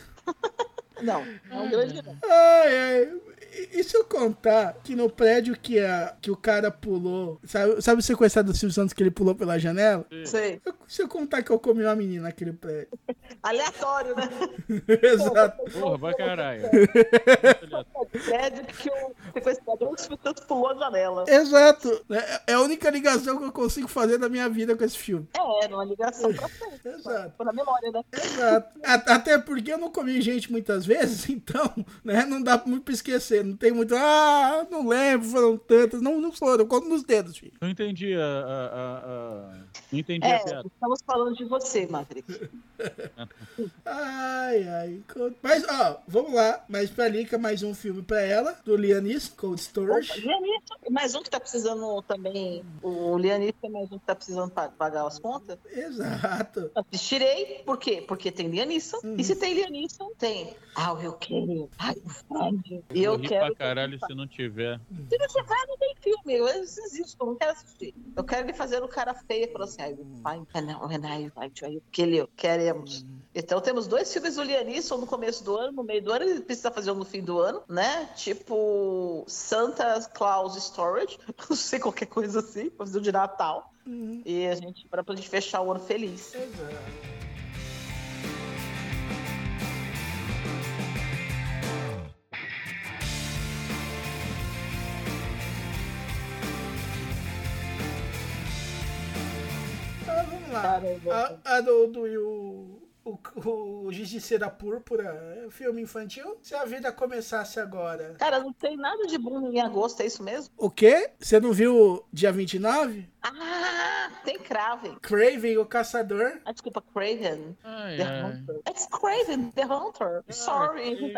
Não, é um grande não. Ai, ai. E- E se eu contar que no prédio que, a, que o cara pulou, sabe, sabe o sequestrado do Silvio Santos que ele pulou pela janela? Sei. Eu- se eu contar que eu comi uma menina naquele prédio. Aleatório, né? Exato. Porra, vai caralho. Prédio que o sequestrador do tanto pulou a janela. Exato. É- É a única ligação que eu consigo fazer da minha vida com esse filme. É, numa ligação pra frente. Exato. Pô, Na memória, né? Exato. A- Até porque eu não comi gente muitas vezes, então, né, não dá muito pra esquecer. Não tem muito, ah, não lembro, foram tantas. Não, não foram, eu conto nos dedos, filho. Não entendi a. a- a- a- Não entendi a É, piada. estamos falando de você, Matrix. Ai, ai. co- Mas, ó, vamos lá. Mais pra Lica, mais um filme pra ela, do Lianis, Cold Opa, Storage. Lianito, mais um que tá precisando também. O Lianito é mais um que tá precisando pa- pagar as contas. Exato. Tá Assistirei, por quê? Porque tem Lianisson. E se tem Lianisson, tem. Ah, eu quero. Ai, o Fred. E eu Vou rir quero. pra caralho se não tiver. Se não tiver, não tem filme. Eu insisto, eu não quero assistir. Eu quero ele fazer o cara feio e falar assim: ai, vai, canal, Renai, vai, vai, aquele queremos. Então temos dois filmes do Lianisson no começo do ano, no meio do ano, ele precisa fazer um no fim do ano, né? Tipo Santa Claus Storage, não sei qualquer coisa assim, pra fazer o de Natal. E a gente, pra, pra gente fechar o ano feliz. Ah, vamos lá. Caramba. A, a do, do e o, o, o Justiceira Púrpura, é um filme infantil. Se a vida começasse agora. Cara, não tem nada de bom em agosto, é isso mesmo? O quê? Você não viu dia 29? Ah, tem Craven. Craven, o caçador. Ah, desculpa, Craven. Ai, The ai. Hunter. É. It's Craven, The Hunter. Sorry.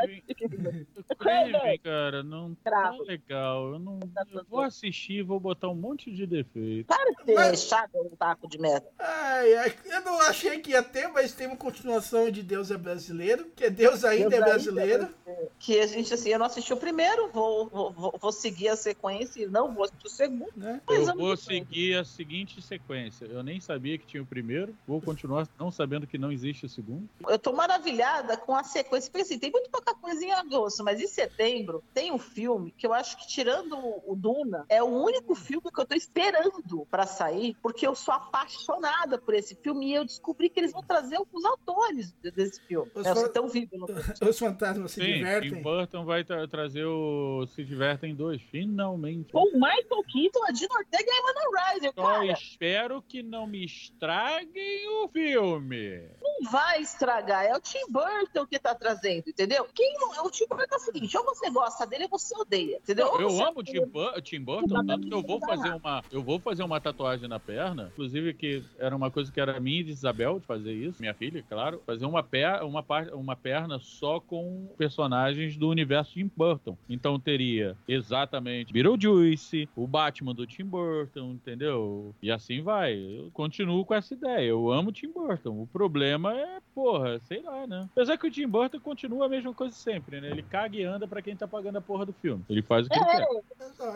Craven, cara, não tá Cravo. legal. Eu não Tá eu vou assistir, vou botar um monte de defeito. Para de ser Mas- chato um taco de merda. Ai, ai, eu não achei que ia ter, mas tem uma continuação de Deus é Brasileiro, que é Deus ainda Deus é ainda é brasileiro. Que a gente, assim, eu não assisti o primeiro, vou, vou, vou- vou seguir a sequência e não vou assistir o segundo. Né? Mas Eu eu não- vou seguir a seguinte sequência. Eu nem sabia que tinha o primeiro, vou continuar não sabendo que não existe o segundo. eu tô maravilhada com a sequência, porque assim, tem muito pouca coisa em agosto, mas em setembro tem um filme que eu acho que, tirando o o Duna, é o único filme que eu tô esperando pra sair, porque eu sou apaixonada por esse filme e eu descobri que eles vão trazer os autores de- desse filme. Os Né, fan- Os que estão vivos. não- Os fantasmas se Tim divertem. Burton vai tra- trazer o Se Divertem 2, finalmente. Com o Michael Keaton, a Dina Ortega e a Winona Ryder, Só cara. espero que não me estraguem o filme. vai estragar. É o Tim Burton que tá trazendo, entendeu? Quem não, é o Tim Burton é o seguinte: ou você gosta dele ou você odeia, entendeu? Ou Eu você amo o Tim, odeia. Bur- Tim Burton, tanto que eu vou fazer uma, eu vou fazer uma tatuagem na perna, inclusive que era uma coisa que era minha e de Isabel de fazer isso, minha filha, claro, fazer uma perna, uma parte, uma perna só com personagens do universo Tim Burton. Então teria exatamente Beetlejuice, o Batman do Tim Burton, entendeu? E assim vai. Eu continuo com essa ideia. Eu amo Tim Burton. O problema é, porra, sei lá, né? Apesar que o Tim Burton continua a mesma coisa sempre, né? Ele caga e anda pra quem tá pagando a porra do filme. Ele faz o que ele quer.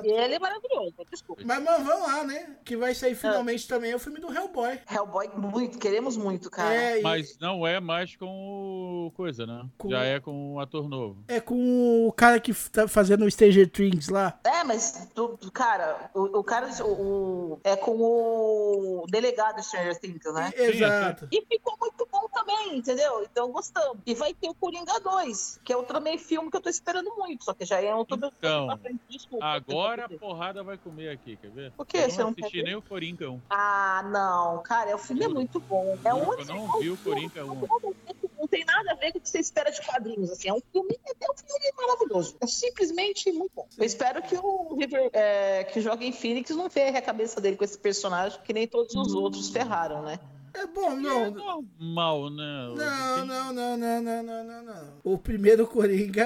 E ele é maravilhoso, desculpa. Mas, mano, vamos lá, né? Que vai sair finalmente também é o filme do Hellboy. Hellboy, muito, queremos muito, cara. É, e- Mas não é mais com o coisa, né? Com- Já é com um ator novo. É com o cara que tá fazendo o Stranger Things lá. É, mas, do, do- cara, o, o cara o, o- é com o delegado Stranger Things, né? É, é Exato. E ficou muito bom também, entendeu? Então gostamos. E vai ter o Coringa 2, que é outro também filme que eu tô esperando muito, só que já é um todo Então, pra frente, desculpa. Agora a porrada vai comer aqui, quer ver? Por quê? Eu Você não não assisti quer ver? nem o Coringa 1. Ah, não, cara, o filme é muito bom. É um Eu não vi o Coringa 1. não tem nada a ver com o que você espera de quadrinhos. Assim. É um filme, é um filme maravilhoso. É simplesmente muito bom. Eu espero que o River, é, que joga em Phoenix não ferre a cabeça dele com esse personagem, que nem todos os outros ferraram, né? É bom, não. Mal, né? Não, não, não, não, não, não, não, não. O primeiro Coringa,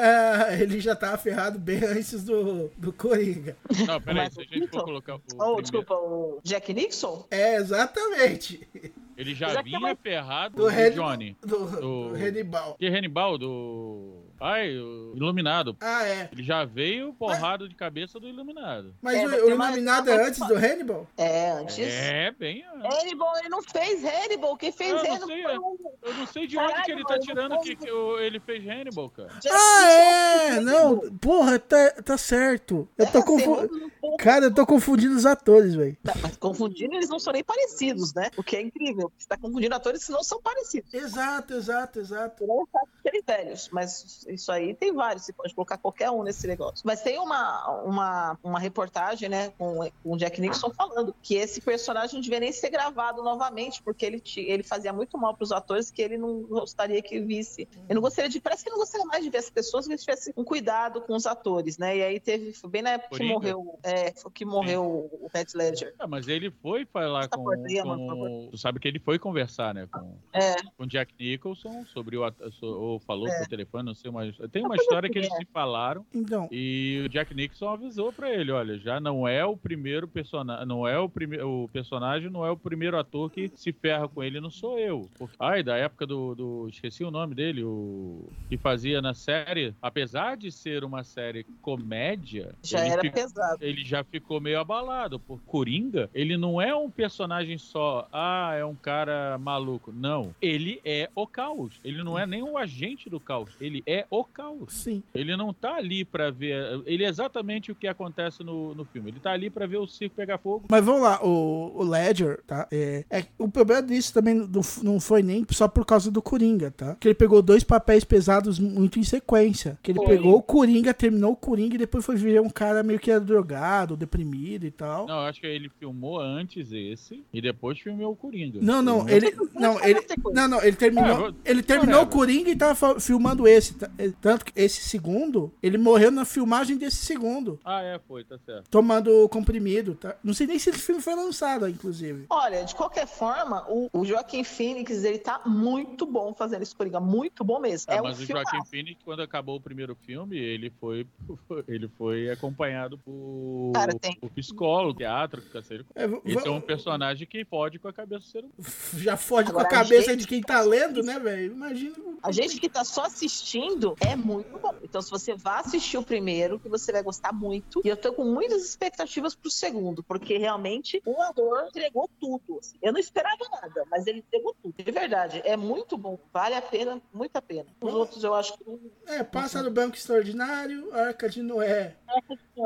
ele já tava ferrado bem antes do, do Coringa. Não, peraí, se a gente for colocar o Oh, primeiro, desculpa, o Jack Nixon? É, exatamente. ele já, Já é que vinha vai- ferrado Do do Red- Johnny. Do, Do- do Hannibal. Que Hannibal, do... Ai, o Iluminado. Ah, é. Ele já veio porrado de cabeça do Iluminado. Mas É, vai o, ter o mais- Iluminado é antes do Hannibal? É, antes. É, bem... antes. Hannibal, ele não fez Hannibal. Quem fez Eu não Hannibal sei, foi é. o Eu não sei de Caralho, onde que ele tá mano, tirando como- que, que o- ele fez Hannibal, cara. Jack Ah, é! Nixon. Não, porra, tá, tá certo. Eu tô É, confundindo. segundo um pouco- Cara, eu tô confundindo os atores, velho. Mas confundindo, eles não são nem parecidos, né? O que é incrível. Você tá confundindo atores que não são parecidos. Exato, exato, exato. não tá critérios, mas isso aí tem vários, você pode colocar qualquer um nesse negócio. Mas tem uma, uma, uma reportagem, né, com, com o Jack Nixon falando que esse personagem não devia nem ser gravado novamente, porque ele, ti- ele fazia muito mal pros atores que ele não gostaria que visse. Eu não gostaria de, parece que ele não gostaria mais de ver as pessoas, que ele tivesse um cuidado com os atores, né? E aí teve, foi bem na época que Coringa? morreu, é, foi que morreu o Heath Ledger. Ah, mas ele foi falar Essa é com, porta aí, mano, por com... Tu sabe que ele foi conversar, né, com... É, com Jack Nicholson sobre o at- so- ou falou É. por telefone, não sei mais. Tem uma Mas assim, né? história por que quê? eles se falaram Então, e o Jack Nicholson avisou pra ele, olha, já não é o primeiro personagem, não é o primeiro o personagem, não é o primeiro ator que se ferra com ele, não sou eu. Porque- Ai, da época do, do- esqueci o nome dele, o que fazia na série, apesar de ser uma série comédia, já ele era ficou- pesado. ele já ficou meio abalado. Por Coringa, ele não é um personagem só, ah, é um cara maluco. Não. Ele é o caos. Ele não é nem o agente do caos. Ele é o caos. sim. Ele não tá ali pra ver. Ele é exatamente o que acontece no, no filme. Ele tá ali pra ver o circo pegar fogo. Mas vamos lá, o, o Ledger, tá? É, é- o problema disso também não, f- não foi nem só por causa do Coringa, tá? Que ele pegou dois papéis pesados muito em sequência. Que ele Foi. pegou o Coringa, terminou o Coringa e depois foi virar um cara meio que era drogado, deprimido e tal. Não, eu acho que ele filmou antes esse e depois filmou o Coringa. Não, não, Ele- ele. Não, ele. Não, não, ele É, terminou. vou- Ele terminou o whatever. Coringa e tava fa- filmando esse. tá? É, Tanto que esse segundo, ele morreu na filmagem desse segundo. Ah, é, foi, tá certo. Tomando comprimido, tá? Não sei nem se esse filme foi lançado, inclusive. Olha, de qualquer forma, o, o Joaquim Phoenix, ele tá muito bom fazendo esse Coringa, muito bom mesmo. Ah, é um mas o filme. Joaquim Phoenix, quando acabou o primeiro filme, ele foi, ele foi acompanhado por, Cara, tem. por psicólogo, teatro, cacete. É, v- Esse é um v- personagem que pode com a cabeça do ser humano. Já fode Agora, com a cabeça gente- de quem tá lendo, né, velho? Imagina. o- A gente que tá só assistindo é muito bom. Então, se você vai assistir o primeiro, que você vai gostar muito. E eu tô com muitas expectativas pro segundo, porque realmente o ator entregou tudo. assim. Eu não esperava nada, mas ele entregou tudo. De verdade, é muito bom. Vale a pena, muito a pena. Os outros eu acho que não É, passa no Banco Extraordinário, Arca de Noé.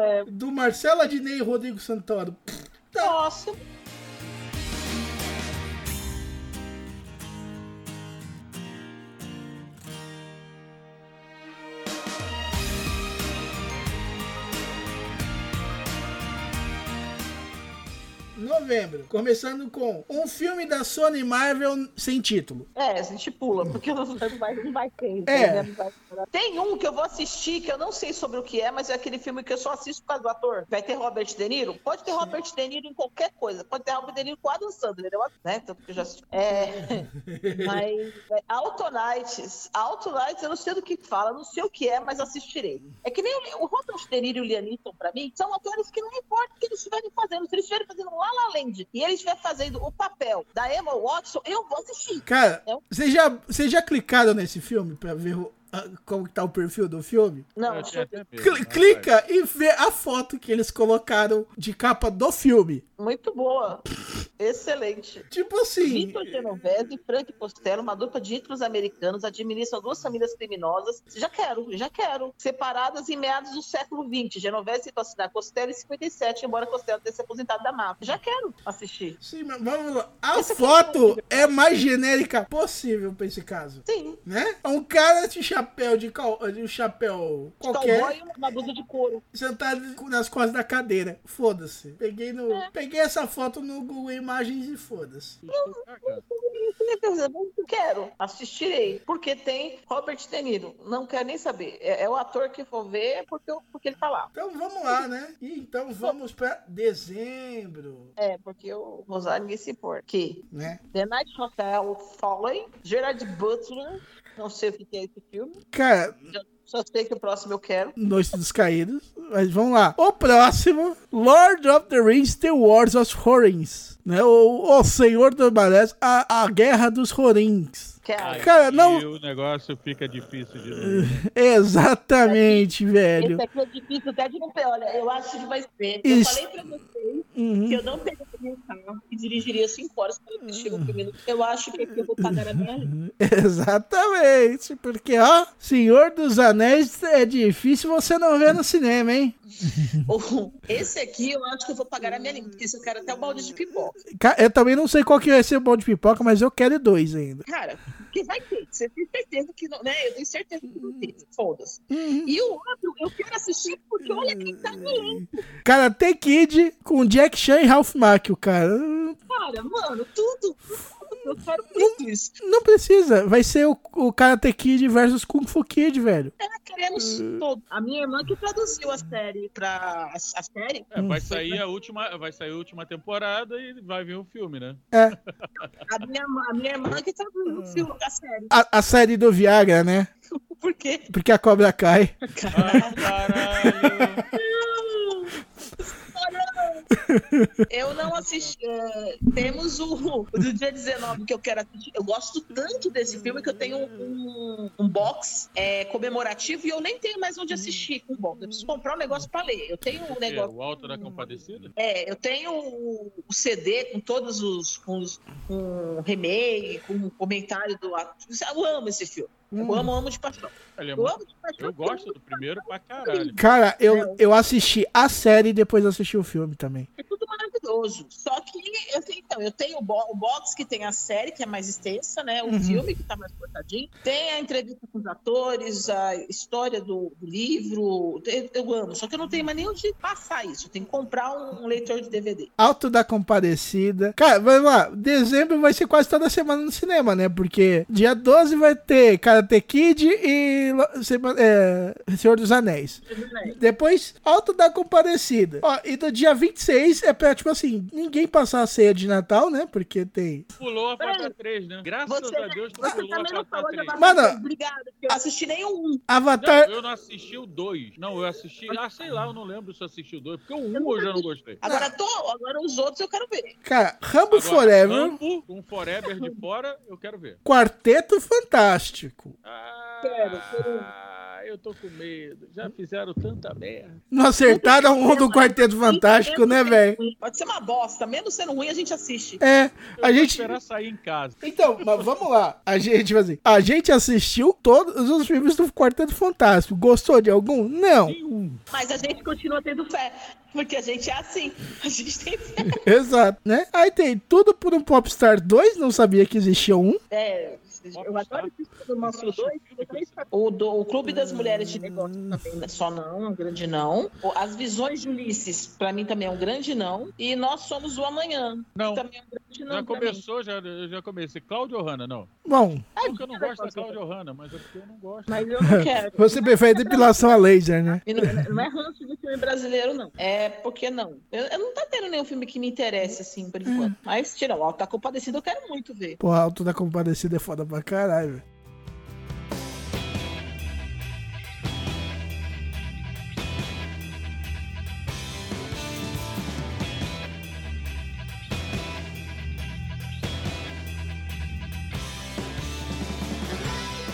é. Do Marcelo Adnei e Rodrigo Santoro. Nossa, Novembro. Começando com um filme da Sony Marvel sem título. É, a gente pula, porque não não vai, não vai ter. É. entendeu? Não vai ter. Tem um que eu vou assistir, que eu não sei sobre o que é, mas é aquele filme que eu só assisto por causa do ator. Vai ter Robert De Niro? Pode ter Robert De Niro em qualquer coisa. Pode ter Robert De Niro com Adam Sandler, eu, né? Tanto que eu já assisti. É, mas é, Auto Nights. Auto Nights, eu não sei do que fala, não sei o que é, mas assistirei. É que nem o, o Robert De Niro e o Liam Neeson, pra mim, são atores que não importa o que eles estiverem fazendo. Se eles estiverem fazendo lá La Land e ele estiver fazendo o papel da Emma Watson, eu vou assistir. Cara, um vocês já, vocês já clicaram nesse filme pra ver o- a- como que tá o perfil do filme? Não, tinha até medo, Cl- né, clica e vê a foto que eles colocaram de capa do filme. Muito boa. Excelente. Tipo assim. Vitor Genovese e Frank Costello, uma dupla de ídolos americanos, administram duas famílias criminosas. Já quero, já quero. Separadas em meados do século XX. Genovese tentou assinar Costello em 57, embora Costello tenha se aposentado da máfia. Já quero assistir. Sim, mas vamos lá. A foto é mais genérica possível pra esse caso. Sim. Né? É um cara de chapéu de, cal... de um chapéu qualquer. Cowboy e uma blusa de couro. Sentado nas costas da cadeira. Foda-se. Peguei, no... É. Peguei essa foto no Google Imagens e foda-se. tá, Não quero, assistirei. Porque tem Robert De Niro. Não quero nem saber. É, é o ator que for ver porque, eu- porque ele tá lá. Então vamos lá, né? E então vamos pra dezembro. É, porque o Rosário ninguém se importa. Que Né? The Night Hotel Fallen, Gerard Butler, não sei o que que é esse filme, Cara, só sei que o próximo eu quero. Noite dos Caídos. Mas vamos lá. O próximo, Lord of the Rings, The Wars of Horins. Né? O, o Senhor dos Marés, a, a Guerra dos Horins. Quero. Cara, não- E o negócio fica difícil de ler. Exatamente, velho. Esse aqui é difícil até de não ter. Olha, eu acho que vai ser. Eu Isso. falei pra vocês Uhum. que eu não pegaria meu carro e dirigiria 5 horas para assistir Uhum. o filme. Eu acho que aqui eu vou pagar a minha língua. Exatamente, porque ó, Senhor dos Anéis é difícil você não ver no cinema, hein? Esse aqui eu acho que eu vou pagar a minha língua, porque esse eu quero até o balde de pipoca. Ca- Eu também não sei qual que vai ser o bom de pipoca, mas eu quero dois ainda. Cara, que vai ter. Você tem certeza que não, né? Eu tenho certeza que não tem. Uhum. Foda-se. E o outro, eu quero assistir porque olha quem tá no elenco. Cara, The Kid com Jack Chan e Ralph Macchio, cara. Hum, Cara, mano, tudo. tudo. Eu quero muito isso. Não precisa, vai ser o, o Karate Kid versus Kung Fu Kid, velho. Ela queremos Tá todo. A minha irmã que traduziu a série pra. A, a série? É, vai né? sair a última, vai sair a última temporada e vai vir o filme, né? É, A minha, a minha irmã que traduziu o filme da série. a, a série do Viagra, né? Por quê? Porque a cobra cai. Ah, caralho! Não! Não! Eu não assisti. é, temos o, o do dia 19 que eu quero assistir. Eu gosto tanto desse filme que eu tenho um, um box é, comemorativo e eu nem tenho mais onde assistir com o box. Eu preciso comprar um negócio pra ler. Eu tenho um É, negócio. o Alto da Compadecida? É, eu tenho o o CD com todos os. com, os, com o remake, com o comentário do ator. Eu amo esse filme. Eu amo, amo de paixão. Olha, Eu amo de paixão. eu gosto do primeiro pra caralho. Cara, eu, eu assisti a série e depois assisti o filme também. É tudo maravilhoso. Só que eu tenho, então, eu tenho o, bo- o box que tem a série, que é mais extensa, né? O filme que tá mais cortadinho. Tem a entrevista com os atores, a história do, do livro. Eu, eu amo. Só que eu não tenho mais nem onde passar isso. Eu tenho que comprar um, um leitor de DVD. Alto da Compadecida. Cara, vamos lá. Dezembro vai ser quase toda semana no cinema, né? Porque dia 12 vai ter Karate Kid e Lo- Sema- é, Senhor dos Anéis. Depois, Alto da Compadecida. Ó, e do dia 26 é pra, tipo assim, ninguém passar a ceia de Natal, né? Porque tem. Pulou a pata 3, né? Graças Você- a Deus tu Você pulou também a não pata falou de 3. Avatar. Mano- Obrigada, porque eu não assisti um. nenhum. Avatar. Não, eu não assisti o 2. Não, eu assisti. Ah, sei lá, eu não lembro se eu assisti o 2, porque o 1 um eu já não gostei. Agora, tô, agora os outros eu quero ver. Cara, Rambo Agora, Um Forever. Rambo, com Forever de fora, eu quero ver. Quarteto Fantástico. Ah, Quero, quero. eu tô com medo. Já fizeram tanta merda. Não acertaram um do Quarteto Fantástico, né, velho? Pode ser uma bosta. Mesmo sendo ruim, a gente assiste. É, Eu a vou gente. esperar sair em casa. Então, mas vamos lá. A gente, tipo assim, a gente assistiu todos os filmes do Quarteto Fantástico. Gostou de algum? Não. Nenhum. Mas a gente continua tendo fé. Porque a gente é assim. A gente tem fé. Exato, né? Aí tem tudo por um Popstar 2, não sabia que existia um. É, eu adoro isso do Mansur 2, o, do, o Clube das Mulheres de Negócios Hum. também, né? só não, é um grande não. O- As Visões de Ulisses, pra mim também é um grande não. E Nós Somos o Amanhã, Não, também é um grande não. já pra mim. começou, já, eu já comecei. Cláudio Hanna, não. Bom, Não que eu não gosto da Cláudio Hanna, mas é porque eu não gosto. Mas eu não quero. você prefere depilação a laser, né? E não, não é ranço de filme brasileiro, não. É porque não. Eu, eu não tá tendo nenhum filme que me interesse, assim, É. por enquanto. Mas tira tá o Alto da Compadecida, eu quero muito ver. Porra, Alto da Compadecida é foda pra caralho, velho.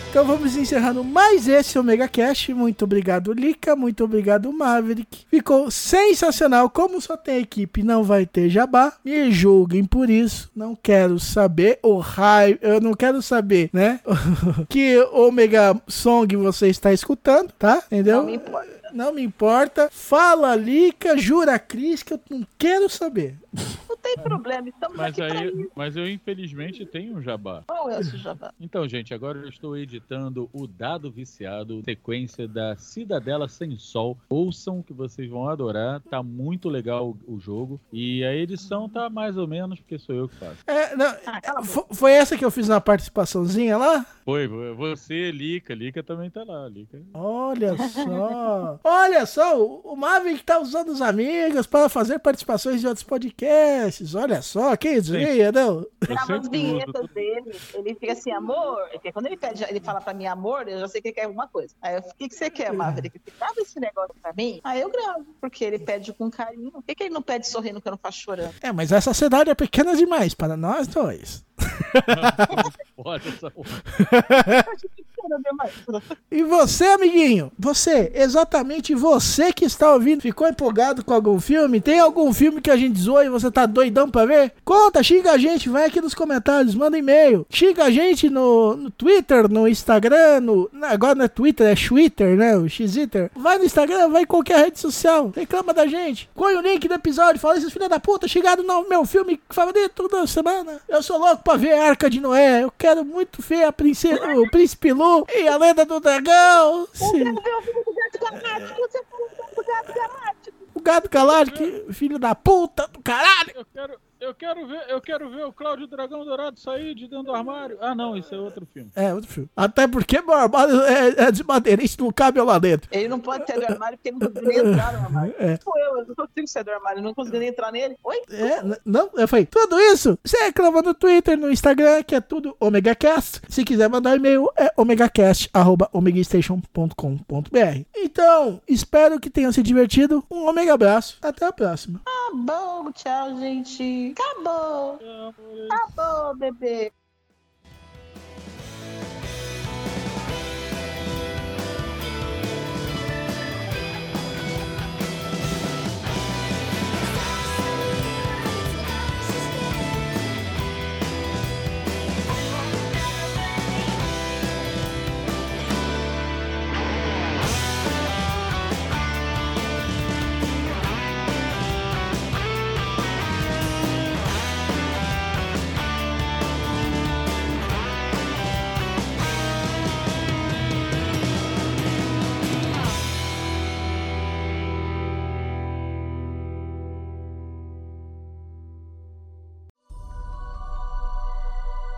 Então vamos encerrando mais esse Omega Cash. Muito obrigado, Lica. Muito obrigado, Maverick. Ficou sensacional. Como só tem equipe, não vai ter jabá. Me julguem por isso. Não quero saber o raio. Eu não quero saber, né? que Omega Song você está escutando, tá? Entendeu? Não me importa. Não me importa. Fala, Lica. Jura, Cris, que eu não quero saber. Não tem problema, estamos Mas, aqui é pra aí, isso. mas eu, infelizmente, tenho um jabá. Qual é o seu jabá? Então, gente, agora eu estou editando o Dado Viciado, sequência da Cidadela Sem Sol. Ouçam que vocês vão adorar, tá muito legal o o jogo. E a edição tá mais ou menos, porque sou eu que faço. É, não, Ah, fo- foi essa que eu fiz na participaçãozinha lá? Foi, vo- você, Lica, Lica também tá lá, Lica. Olha só. Olha só, o o Maverick tá usando os amigos para fazer participações de outros podcasts. Olha só, quem dizia, não? Grava as tudo, vinhetas dele. Ele fica assim, amor. que Quando ele pede, ele fala pra mim amor, eu já sei que ele quer alguma coisa. Aí eu, o que, que você quer, Maverick? Você grava esse negócio pra mim? Aí eu gravo, porque ele pede com carinho. Por que, que ele não pede sorrindo que eu não faço chorando? É, mas essa cidade é pequena demais para nós dois. Foda essa porra. E você, amiguinho? Você, exatamente você que está ouvindo, ficou empolgado com algum filme? Tem algum filme que a gente zoou e você tá doidão pra ver? Conta, xinga a gente, vai aqui nos comentários, manda e-mail. Xinga a gente no, no Twitter, no Instagram, no. na- Agora não é Twitter, é Twitter, né? O Xiter. Vai no Instagram, vai em qualquer rede social. Reclama da gente. Põe o link do episódio, fala esses filha da puta, chegaram no meu filme favorito da semana. Eu sou louco pra ver a Arca de Noé. Eu quero muito ver a princesa, o Príncipe Lu e a Lenda do Dragão. Sim. Eu vi o filme do Gato Galáctico, você falou do Gato Galáctico. O Gato Galáctico, filho da puta do caralho. Eu quero, eu quero ver, eu quero ver o Cláudio Dragão Dourado sair de dentro do armário. Ah, não, isso é outro filme. É, outro filme. Até porque meu armário é, é de madeirista, não cabe eu lá dentro. Ele não pode sair do armário porque ele não conseguiu nem entrar no armário. É. Sou eu, eu não consigo sair do armário, eu não consigo nem entrar nele. Oi? É, n- não, eu falei, tudo isso, você reclama no Twitter, no Instagram, que é tudo OmegaCast. Se quiser mandar e-mail, é omegacast.omegastation.com.br. Então, espero que tenham se divertido. Um Omega abraço. Até a próxima. Acabou, tchau, gente. Acabou. Acabou, bebê.